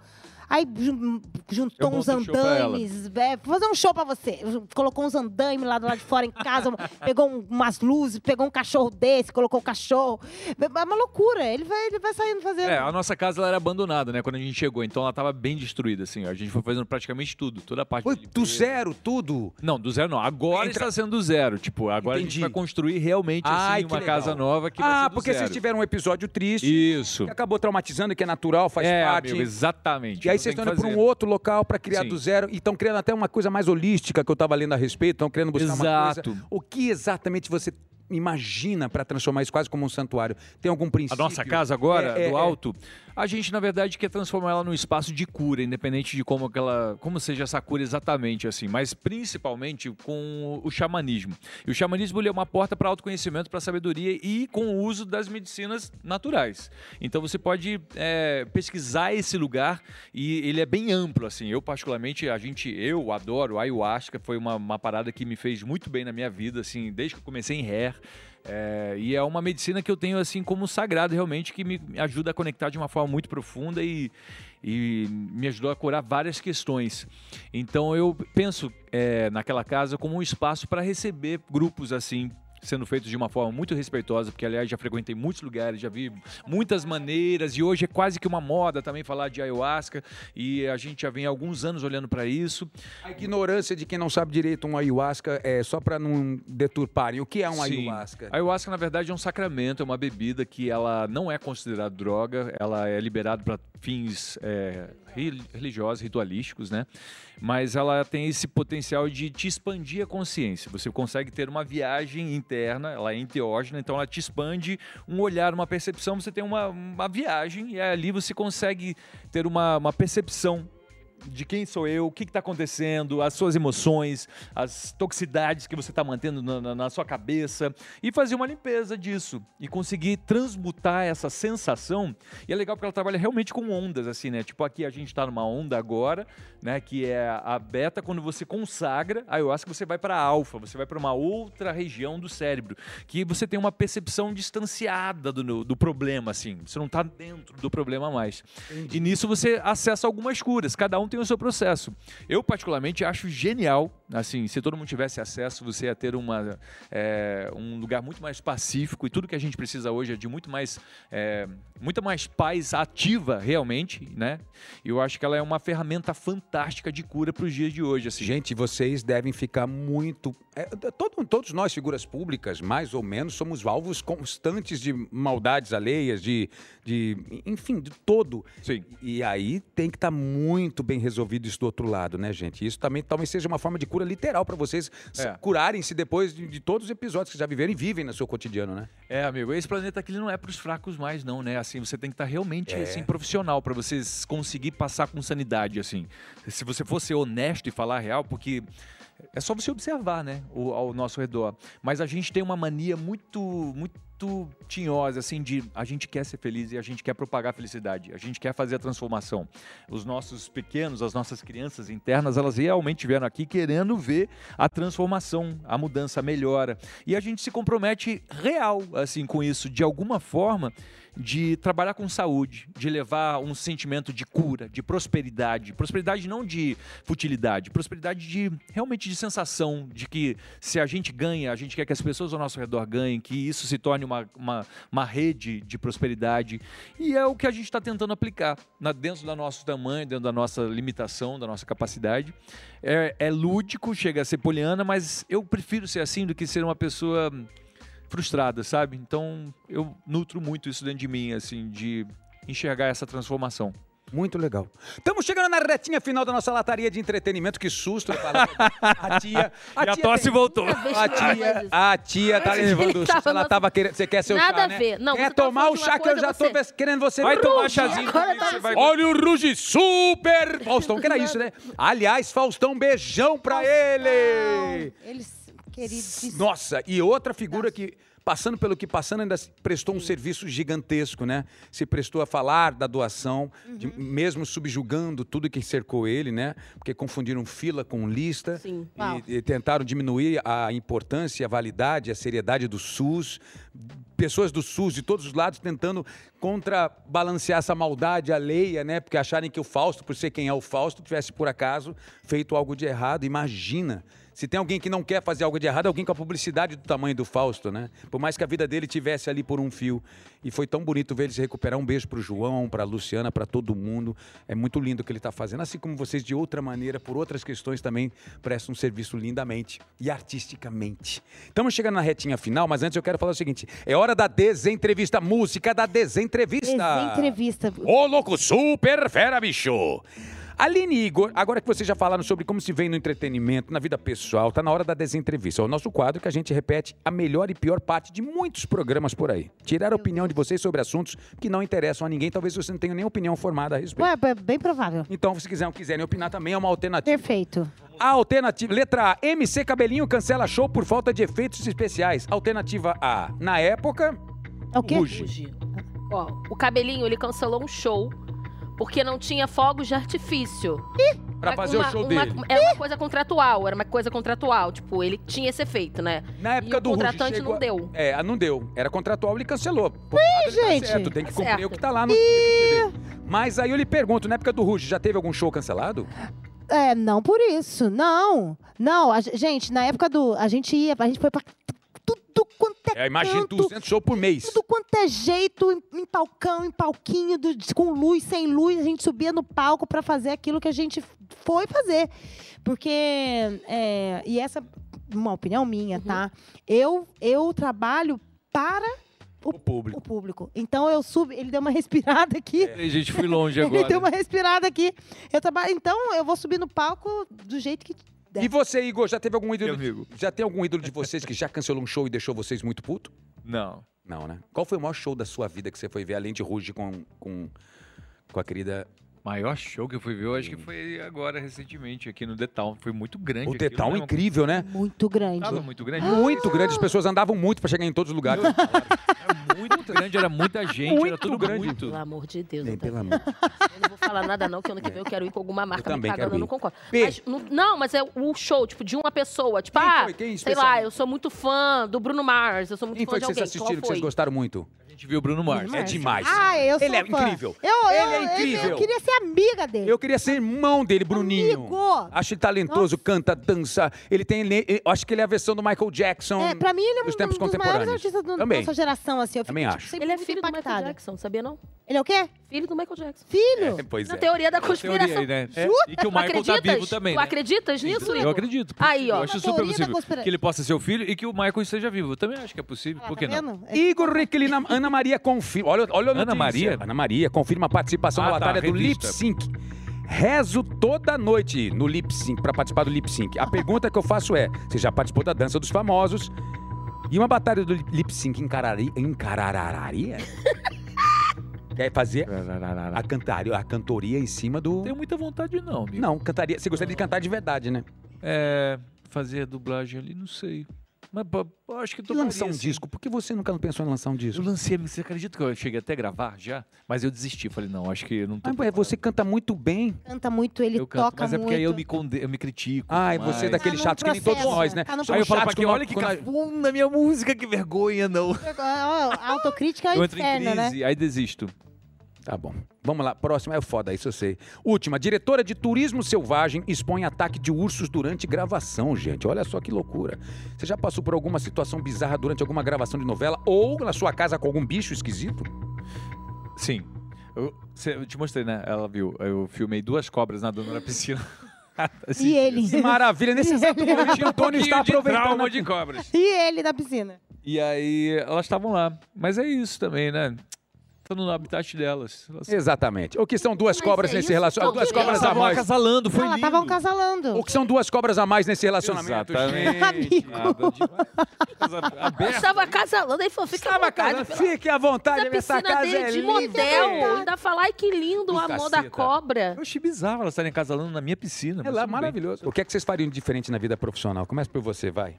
Aí Eu jun- juntou uns monto um show pra ela. andames. é, vou fazer um show pra você. Colocou uns andames lá do lado de fora em casa, uma- pegou um- umas luzes, pegou um cachorro desse, colocou o cachorro. É uma loucura. Ele vai, ele vai saindo fazendo. É, a nossa casa ela era abandonada, né? Quando a gente chegou, então ela tava bem destruída, assim. ó. A gente foi fazendo praticamente tudo, toda a parte. Foi de do limpeza. zero, tudo. Não, do zero não. Agora Entra- está sendo do zero. Tipo, agora a Entendi. gente vai construir realmente assim, Ai, que uma legal. casa nova que vai ser ah, do porque zero. vocês tiveram um episódio triste, Isso. que acabou traumatizando, que é natural, faz é, parte. amigo, exatamente. E aí Não vocês tem estão o que indo para um fazer. outro local para criar Sim. do zero. E estão criando até uma coisa mais holística que eu estava lendo a respeito. Estão querendo buscar uma coisa. Exato. O que exatamente você imagina para transformar isso quase como um santuário? Tem algum A princípio? nossa casa agora, É, é, do é. alto, a gente, na verdade, quer transformar ela num espaço de cura, independente de como aquela. como seja essa cura exatamente, assim, mas principalmente com o xamanismo. E o xamanismo ele é uma porta para autoconhecimento, para sabedoria e com o uso das medicinas naturais. Então você pode é, pesquisar esse lugar e ele é bem amplo, assim. Eu, particularmente, a gente, eu adoro ayahuasca, foi uma, uma parada que me fez muito bem na minha vida, assim, desde que eu comecei em hair. É, e é uma medicina que eu tenho assim como sagrado realmente que me me ajuda a conectar de uma forma muito profunda e, e me ajudou a curar várias questões. Então eu penso é, naquela casa como um espaço para receber grupos assim sendo feitos de uma forma muito respeitosa, porque aliás já frequentei muitos lugares, já vi muitas maneiras e hoje é quase que uma moda também falar de ayahuasca e a gente já vem há alguns anos olhando para isso. A ignorância de quem não sabe direito um ayahuasca é só para não deturparem. O que é um Sim. ayahuasca? A ayahuasca, na verdade, é um sacramento, é uma bebida que ela não é considerada droga, ela é liberada para fins é, re- religiosos, ritualísticos, né? Mas ela tem esse potencial de te expandir a consciência. Você consegue ter uma viagem interna, ela é enteógena, então ela te expande um olhar, uma percepção. Você tem uma, uma viagem e ali você consegue ter uma, uma percepção de quem sou eu, o que está acontecendo, as suas emoções, as toxicidades que você está mantendo na, na- na sua cabeça e fazer uma limpeza disso e conseguir transmutar essa sensação. E é legal porque ela trabalha realmente com ondas, assim, né? Tipo, aqui a gente está numa onda agora, né? Que é a beta, quando você consagra a ayahuasca, você vai para a alfa, você vai para uma outra região do cérebro, que você tem uma percepção distanciada do, do problema, assim. Você não está dentro do problema mais. E nisso você acessa algumas curas, cada um tem o seu processo. Eu, particularmente, acho genial. Assim, se todo mundo tivesse acesso, você ia ter uma, é, um lugar muito mais pacífico e tudo que a gente precisa hoje é de muito mais, é, muita mais paz ativa, realmente, né? E eu acho que ela é uma ferramenta fantástica de cura para os dias de hoje, assim. Gente, vocês devem ficar muito. é, todo- todos nós, figuras públicas, mais ou menos, somos alvos constantes de maldades alheias, de. de enfim, de todo. Sim. E aí tem que estar muito bem resolvido isso do outro lado, né, gente? Isso também talvez seja uma forma de cura literal para vocês se- É. curarem-se depois de, de todos os episódios que já viveram e vivem no seu cotidiano, né? É, amigo, esse planeta aqui ele não é para os fracos mais, não, né? Assim, você tem que estar realmente É. assim, profissional para você s- conseguir passar com sanidade, assim. Se você for ser honesto e falar a real, porque é só você observar, né, o, ao nosso redor. Mas a gente tem uma mania muito, muito tinhosa, assim, de a gente quer ser feliz e a gente quer propagar a felicidade, a gente quer fazer a transformação. Os nossos pequenos, as nossas crianças internas, elas realmente vieram aqui querendo ver a transformação, a mudança, a melhora. E a gente se compromete real, assim, com isso, de alguma forma, de trabalhar com saúde, de levar um sentimento de cura, de prosperidade. Prosperidade não de futilidade, prosperidade de realmente de sensação de que se a gente ganha, a gente quer que as pessoas ao nosso redor ganhem, que isso se torne uma, uma, uma rede de prosperidade. E é o que a gente está tentando aplicar na- dentro do nosso tamanho, dentro da nossa limitação, da nossa capacidade. É, é lúdico, chega a ser poliana, mas eu prefiro ser assim do que ser uma pessoa frustrada, sabe? Então eu nutro muito isso dentro de mim, assim, de enxergar essa transformação. Muito legal. Estamos chegando na retinha final da nossa lataria de entretenimento. Que susto! eu falava. A tia. A Ah, tia tem- voltou. Primeira vez A que ela faz tia, isso. a tia tá Ele levando o chá. tava Ela no- tava querendo. Você quer seu Nada chá? a né? ver. Não, quer você tava tomar falando o de chá uma que eu coisa, já você- tô ves- querendo você. Vai tomar Ruge, chazinho agora comigo, tá você vai- Olha o Ruge Super! Faustão, que era isso, né? Aliás, Faustão, beijão pra ele! Não, Eles, queridos. Nossa, e outra figura que, passando pelo que passando, ainda se prestou um serviço gigantesco, né? Se prestou a falar da doação, de- mesmo subjugando tudo que cercou ele, né? Porque confundiram fila com lista. Sim. E- Uau. E, tentaram diminuir a importância, a validade, a seriedade do SUS. Pessoas do SUS de todos os lados tentando contrabalancear essa maldade alheia, né? Porque acharem que o Fausto, por ser quem é o Fausto, tivesse por acaso feito algo de errado. Imagina. Se tem alguém que não quer fazer algo de errado, é alguém com a publicidade do tamanho do Fausto, né? Por mais que a vida dele tivesse ali por um fio. E foi tão bonito ver ele se recuperar. Um beijo pro João, pra Luciana, pra todo mundo. É muito lindo o que ele tá fazendo. Assim como vocês, de outra maneira, por outras questões também, prestam um serviço lindamente e artisticamente. Estamos chegando na retinha final, mas antes eu quero falar o seguinte. É hora da desentrevista. Música da desentrevista. Entrevista. Ô, louco, super fera, bicho! Aline e Igor, agora que vocês já falaram sobre como se vem no entretenimento, na vida pessoal, tá na hora da desentrevista. É o nosso quadro que a gente repete a melhor e pior parte de muitos programas por aí. Tirar a opinião de vocês sobre assuntos que não interessam a ninguém, talvez você não tenha nenhuma opinião formada a respeito. Ué, é bem provável. Então, se quiserem, quiserem opinar também, é uma alternativa. Perfeito. A alternativa. Letra A. MC Cabelinho cancela show por falta de efeitos especiais. Alternativa A. Na época. É o quê? Ruge. Hoje. Ó, o cabelinho, ele cancelou um show porque não tinha fogos de artifício. Pra Uma- fazer o uma- show uma- dele. Era uma coisa contratual, era uma coisa contratual. Tipo, ele tinha esse efeito, né? Na época e o do Ruge contratante chegou não a- deu. É, não deu. Era contratual, ele cancelou. Por nada, ele tá gente. certo, tem que Tá cumprir certo. o que tá lá no script dele. Mas aí eu lhe pergunto, na época do Ruge, já teve algum show cancelado? É, não por isso. Não. Não, a ge- gente, na época do. A gente ia, a gente foi pra tudo quanto é. É, imagina, canto, 200 shows por mês. Tudo quanto é jeito, em- em palcão, em palquinho, do- com luz, sem luz, a gente subia no palco pra fazer aquilo que a gente foi fazer. Porque, é, e essa é uma opinião minha, tá? Eu, eu trabalho para o, O público. o público. Então eu subi, ele deu uma respirada aqui. A gente foi longe Ele deu agora. uma respirada aqui. Eu trabalho, então eu vou subir no palco do jeito que der. E você, Igor, já teve algum ídolo? Meu amigo. Já tem algum ídolo de vocês que já cancelou um show e deixou vocês muito puto? Não. Não, né? Qual foi o maior show da sua vida que você foi ver, além de Ruge com, com, com a querida. Maior show que eu fui ver, eu acho que foi agora, recentemente, aqui no The Town. Foi muito grande. O aquilo, Detal né? é incrível, né? Muito grande. Tava muito Ah! grande. Muito grande, as pessoas andavam muito pra chegar em todos os lugares. Era muito grande, era muita gente, era Muito tudo grande. muito. Pelo amor de Deus, Ei, eu, pelo amor. eu não vou falar nada não, que ano que vem eu quero ir com alguma marca também me quero pagando, eu não ir. concordo. P. Mas, não, não, mas é o show, tipo, de uma pessoa. Tipo, Quem ah, foi? Quem sei lá, especialmente? eu sou muito fã do Bruno Mars, eu sou muito Quem fã foi de que vocês alguém. assistiram Qual que vocês foi? gostaram muito? A gente viu o Bruno Mars. É demais. Ah, eu sou Ele é fã. incrível. Eu, eu, Ele é eu- incrível. Eu queria ser amiga dele. Eu queria ser irmão dele, Bruninho. Amigo! Acho ele talentoso, canta, dança. Ele tem. ele- eu acho que ele é a versão do Michael Jackson. É, pra mim, ele é um dos dos, tempos maiores contemporâneos. artistas da Também. nossa geração, assim. Eu fico, Também tipo, acho. sempre Ele é muito filho do Michael impactada. Jackson, sabia não? Ele é o quê? Filho do Michael Jackson. Filho? É, pois Na é. teoria da Teoria aí, conspiração. né? Jura? E que o Tu Michael tá acreditas? vivo também, Tu né? acreditas nisso, Eu Igor? acredito. Aí, possível. ó. Eu acho Uma super teoria da possível conspira- que ele possa ser o filho e que o Michael esteja vivo. Eu também acho que é possível. Ah, Por que tá não? vendo? É- Igor Requilina, Ana Maria confirma. Olha, olha a Ana notícia. Maria? Ana Maria confirma a participação Ah, na tá, batalha do Lip revista. Sync. Rezo toda noite no Lip Sync para participar do Lip Sync. A pergunta que eu faço é: você já participou da dança dos famosos? E uma batalha do Lip Sync encarari, encarararia? Quer é fazer a, cantaria, a cantoria em cima do. Tenho muita vontade não, amigo. Não, cantaria. Você gostaria de cantar de verdade, né? É, fazer dublagem ali, não sei. Mas pô, pô, acho que E tô lançar um disco. Por que você nunca pensou em lançar um Eu disco? lancei, você acredita que eu cheguei até a gravar já? Mas eu desisti, falei, não, acho que eu não tô... Ah, ué, você canta muito bem. Canta muito, ele eu canto, toca mas é muito. porque aí eu me, conde... eu me critico. Ai, mas- você é daquele Tá num chato que nem todos processo, nós, né? tá num Aí eu Somos falo pra chatos quem, quando- olha que quando a- cafona minha música, que vergonha, não. Ah, ah, Autocrítica é Eu entro em inferno, né? crise, aí desisto. Tá bom. Vamos lá, próxima é foda, isso eu sei. Última, diretora de turismo selvagem expõe ataque de ursos durante gravação, gente. Olha só que loucura. Você já passou por alguma situação bizarra durante alguma gravação de novela ou na sua casa com algum bicho esquisito? Sim. Eu, cê- eu te mostrei, né? Ela viu. Eu filmei duas cobras nadando na piscina. Ah, tá assim. E ele. Que maravilha, nesse exato momento um o Antônio está aproveitando. de cobras. E ele da piscina. E aí, elas estavam lá. Mas é isso também, né? Estão no habitat delas. Elas Tá, Exatamente. O que são duas Mas cobras é nesse isso, relacionamento? tudo Duas bem. cobras a estavam mais. acasalando, foi Não, Ela lindo. estavam um casalando. O que são duas cobras a mais nesse relacionamento, gente? Exatamente. Nada demais. Eu Aberto. estava casalando, aí falou, fica à vontade. pela- Tá Fique à vontade, Essa essa piscina casa dele é de linda. É motel. Ainda falar, ai que lindo o Ih, amor caceta. da cobra. Eu achei bizarro elas estarem casalando na minha piscina. É mas lá, tudo bem. maravilhoso. O que é que vocês fariam de diferente na vida profissional? Começa por você, vai.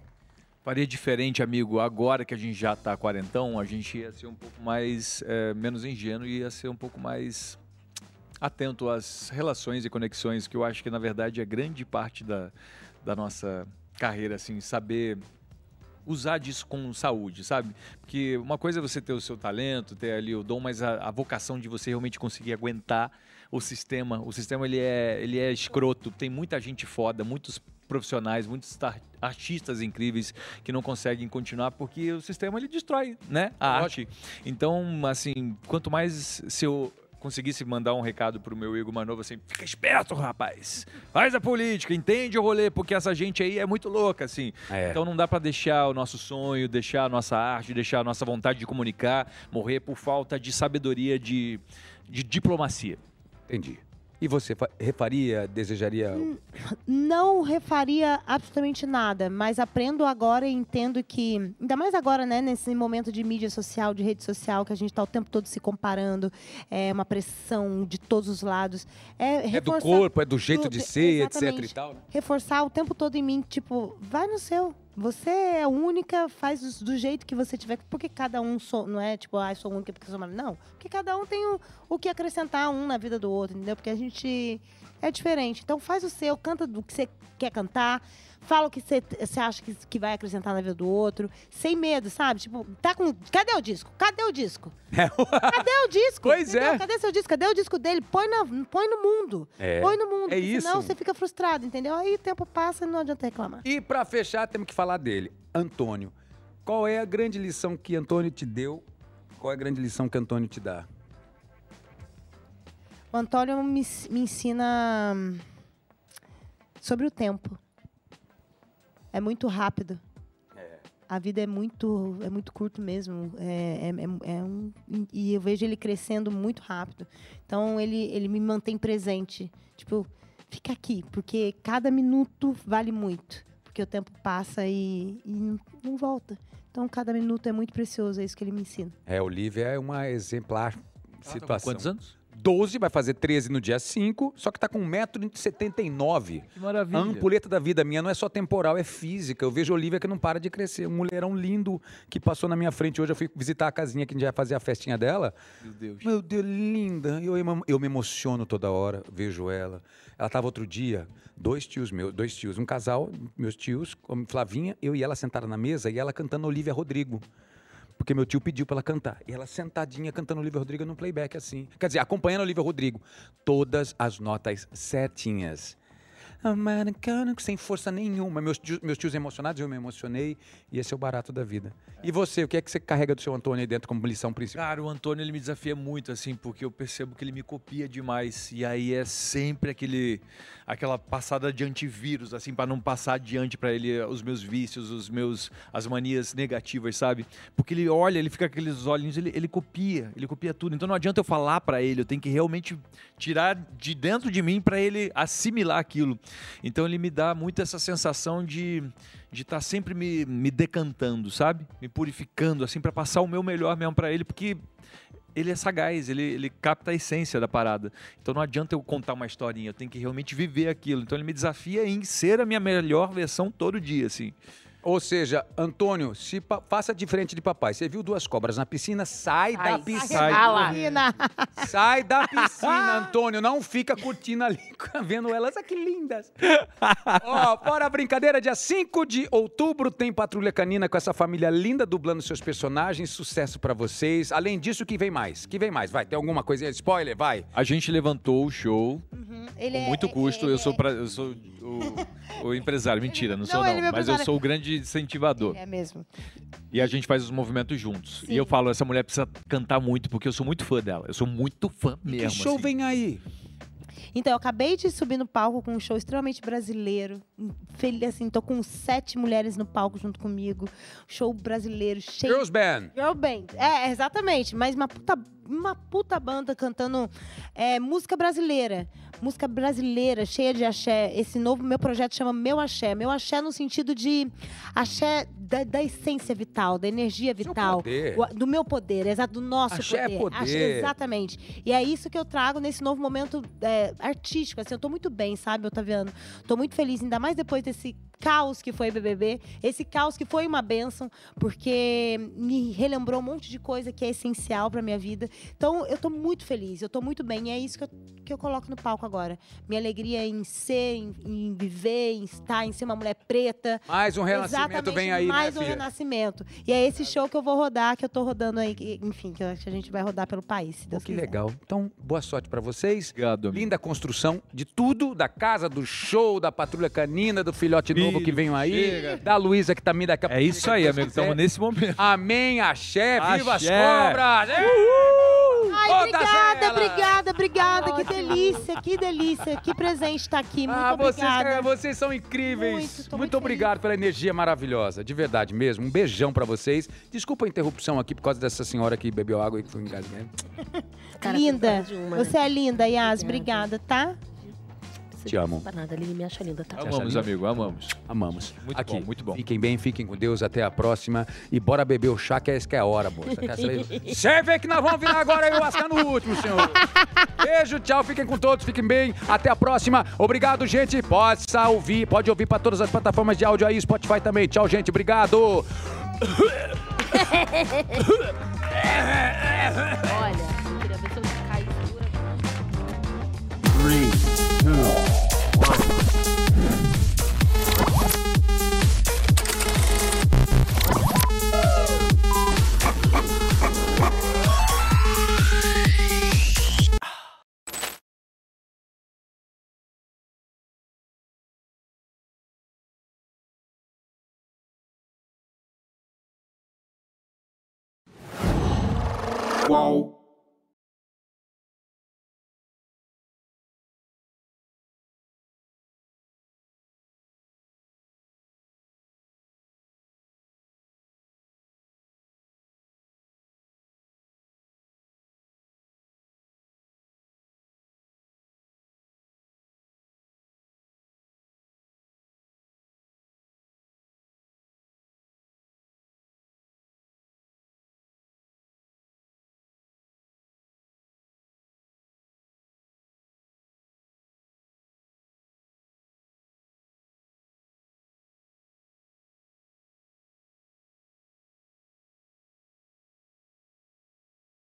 Faria diferente, amigo, agora que a gente já tá quarentão, a gente ia ser um pouco mais, é, menos ingênuo e ia ser um pouco mais atento às relações e conexões, que eu acho que, na verdade, é grande parte da, da nossa carreira, assim, saber usar disso com saúde, sabe? Porque uma coisa é você ter o seu talento, ter ali o dom, mas a, a vocação de você realmente conseguir aguentar o sistema. O sistema ele é, ele é escroto, tem muita gente foda, muitos profissionais, muitos tar- artistas incríveis que não conseguem continuar porque o sistema ele destrói, né? A arte. Então, assim, quanto mais se eu conseguisse mandar um recado pro meu Igor Manova assim, fica esperto, rapaz. Faz a política, entende o rolê, porque essa gente aí é muito louca, assim. É. Então não dá pra deixar o nosso sonho, deixar a nossa arte, deixar a nossa vontade de comunicar, morrer por falta de sabedoria, de, de diplomacia. Entendi. E você fa- refaria, desejaria. Hum, não refaria absolutamente nada, mas aprendo agora e entendo que, ainda mais agora, né, nesse momento de mídia social, de rede social, que a gente está o tempo todo se comparando, é uma pressão de todos os lados. É, É do reforçar- corpo, é do jeito de tudo, ser, etc e exatamente. tal. né? reforçar o tempo todo em mim, tipo, vai no seu. Você é única, faz os- do jeito que você tiver. Porque cada um sou, não é tipo, ah, eu sou única porque eu sou maravilhosa. Não, porque cada um tem o, o que acrescentar um na vida do outro, entendeu? Porque a gente é diferente. Então faz o seu, canta do que você quer cantar, fala o que você você acha que, que vai acrescentar na vida do outro, sem medo, sabe? Tipo, tá com. Cadê o disco? Cadê o disco? Cadê o disco? É Pois é. Cadê seu disco? Cadê o disco dele? Põe, na, põe no mundo. É. Põe no mundo. É porque Senão isso. você fica frustrado, entendeu? Aí o tempo passa e não adianta reclamar. E pra fechar, temos que falar dele. Antônio. Qual é a grande lição que Antônio te deu? Qual é a grande lição que Antônio te dá? O Antônio me, me ensina hum, sobre o tempo. É muito rápido. a vida é muito, é muito curto mesmo. É, é- é- é um, e eu vejo ele crescendo muito rápido. Então ele, ele me mantém presente. Tipo, fica aqui, porque cada minuto vale muito. Porque o tempo passa e, e não- não volta. Então cada minuto é muito precioso, é isso que ele me ensina. É, Olivia é uma exemplar tá situação. Quantos anos? 12, vai fazer 13 no dia 5, só que tá com 1,79m. Que A maravilha. ampuleta da vida minha não é só temporal, é física. Eu vejo Olivia que não para de crescer. Um mulherão lindo que passou na minha frente hoje. Eu fui visitar a casinha que a gente vai fazer a festinha dela. Meu Deus. Meu Deus, linda. Eu, emo- eu me emociono toda hora, vejo ela. Ela estava outro dia, dois tios meus, dois tios, um casal, meus tios, como Flavinha, eu e ela sentada na mesa e ela cantando Olivia Rodrigo. Porque meu tio pediu para ela cantar. E ela sentadinha cantando Olivia Rodrigo num playback assim. Quer dizer, acompanhando Olivia Rodrigo. Todas as notas certinhas. Americano, sem força nenhuma. Meus tios, meus tios emocionados, eu me emocionei. E esse é o barato da vida. E você, o que é que você carrega do seu Antônio aí dentro como lição principal? Cara, o Antônio ele me desafia muito, assim, porque eu percebo que ele me copia demais. E aí é sempre aquele, aquela passada de antivírus, assim, para não passar adiante para ele eh, os meus vícios, os meus, as manias negativas, sabe? Porque ele olha, ele fica com aqueles olhinhos, ele, ele copia, ele copia tudo. Então não adianta eu falar para ele, eu tenho que realmente tirar de dentro de mim para ele assimilar aquilo. Então ele me dá muito essa sensação de de estar sempre me, me decantando, sabe? Me purificando, assim, para passar o meu melhor mesmo para ele, porque ele é sagaz, ele, ele capta a essência da parada. Então não adianta eu contar uma historinha, eu tenho que realmente viver aquilo. Então ele me desafia em ser a minha melhor versão todo dia, assim. Ou seja, Antônio, se pa- faça de frente de papai. Você viu duas cobras na piscina? Sai, da Sai. piscina. Sai. Ah lá. Menina, Sai da piscina, Antônio. Não fica curtindo ali, vendo elas. Ah, que lindas. Ó, fora a brincadeira, dia 5 de outubro tem Patrulha Canina com essa família linda dublando seus personagens. Sucesso pra vocês. Além disso, o que vem mais? O que vem mais? Vai, tem alguma coisinha? Spoiler, vai. A gente levantou o show ele com é- muito é- custo. ele eu sou, é- pra- eu sou o, o empresário. Mentira, não Não, sou ele é não. meu Mas eu empresário. sou o grande incentivador. É mesmo. E a gente faz os movimentos juntos. Sim. E eu falo, essa mulher precisa cantar muito, porque eu sou muito fã dela. Eu sou muito fã mesmo. que show assim. vem aí? Então, eu acabei de subir no palco com um show extremamente brasileiro. Feliz, assim, tô com sete mulheres no palco junto comigo. Show brasileiro, cheio Girls Band. Girl Band. É, exatamente. Mas uma puta, uma puta banda cantando é, música brasileira. Música brasileira, cheia de axé. Esse novo meu projeto chama Meu Axé. Meu axé no sentido de axé da, da essência vital, da energia Seu vital. poder. O- do meu poder, exato, do nosso Axé é poder. poder. Axé, exatamente. E é isso que eu trago nesse novo momento é, artístico. Assim, eu tô muito bem, sabe, Otaviano? Tô muito feliz, ainda mais depois desse caos que foi BBB. Esse caos que foi uma benção, porque me relembrou um monte de coisa que é essencial pra minha vida. Então, eu tô muito feliz, eu tô muito bem. E é isso que eu, que eu coloco no palco agora. Minha alegria em ser, em, em viver, em estar, em ser uma mulher preta, Mais um renascimento Exatamente, vem aí, mais né, um filha? renascimento. E é esse show que eu vou rodar, que eu tô rodando aí, que- enfim, que eu acho que a gente vai rodar pelo país, se Pô, Deus que quiser. legal. Então, boa sorte pra vocês. Obrigado, amigo. Linda construção de tudo, da casa, do show, da patrulha canina, do filhote novo que vem aí, chega. da Luísa que também daqui a É, É isso aí, amigo. Estamos nesse momento. Amém, axé, viva as Axé. cobras! é. Ai, Todas obrigada, elas! obrigada, obrigada. Que Ótimo. delícia, que delícia. Que presente estar aqui. Muito Ah, vocês, é, obrigada. vocês são incríveis. Muito, Muito, tô muito obrigado pela energia maravilhosa, de verdade mesmo. Um beijão pra vocês. Desculpa a interrupção aqui por causa dessa senhora que bebeu água e que foi engasgada. Cara, linda. precisava de uma, né? Você é linda, Yas. Obrigada. Obrigada, tá? Te amo. Pra nada, Aline me acha linda, tá? Amamos, linda? amigo, amamos. Amamos. Muito bom, muito bom. Fiquem bem, fiquem com Deus, até a próxima. E bora beber o chá, que é essa que é a hora, moça. Serve que nós vamos virar agora e o Asca no último, senhor. Beijo, tchau, fiquem com todos, fiquem bem. Até a próxima. Obrigado, gente. Possa ouvir, pode ouvir para todas as plataformas de áudio aí, Spotify também. Tchau, gente. Obrigado. Olha, eu queria ver se eu caio dura. Qual?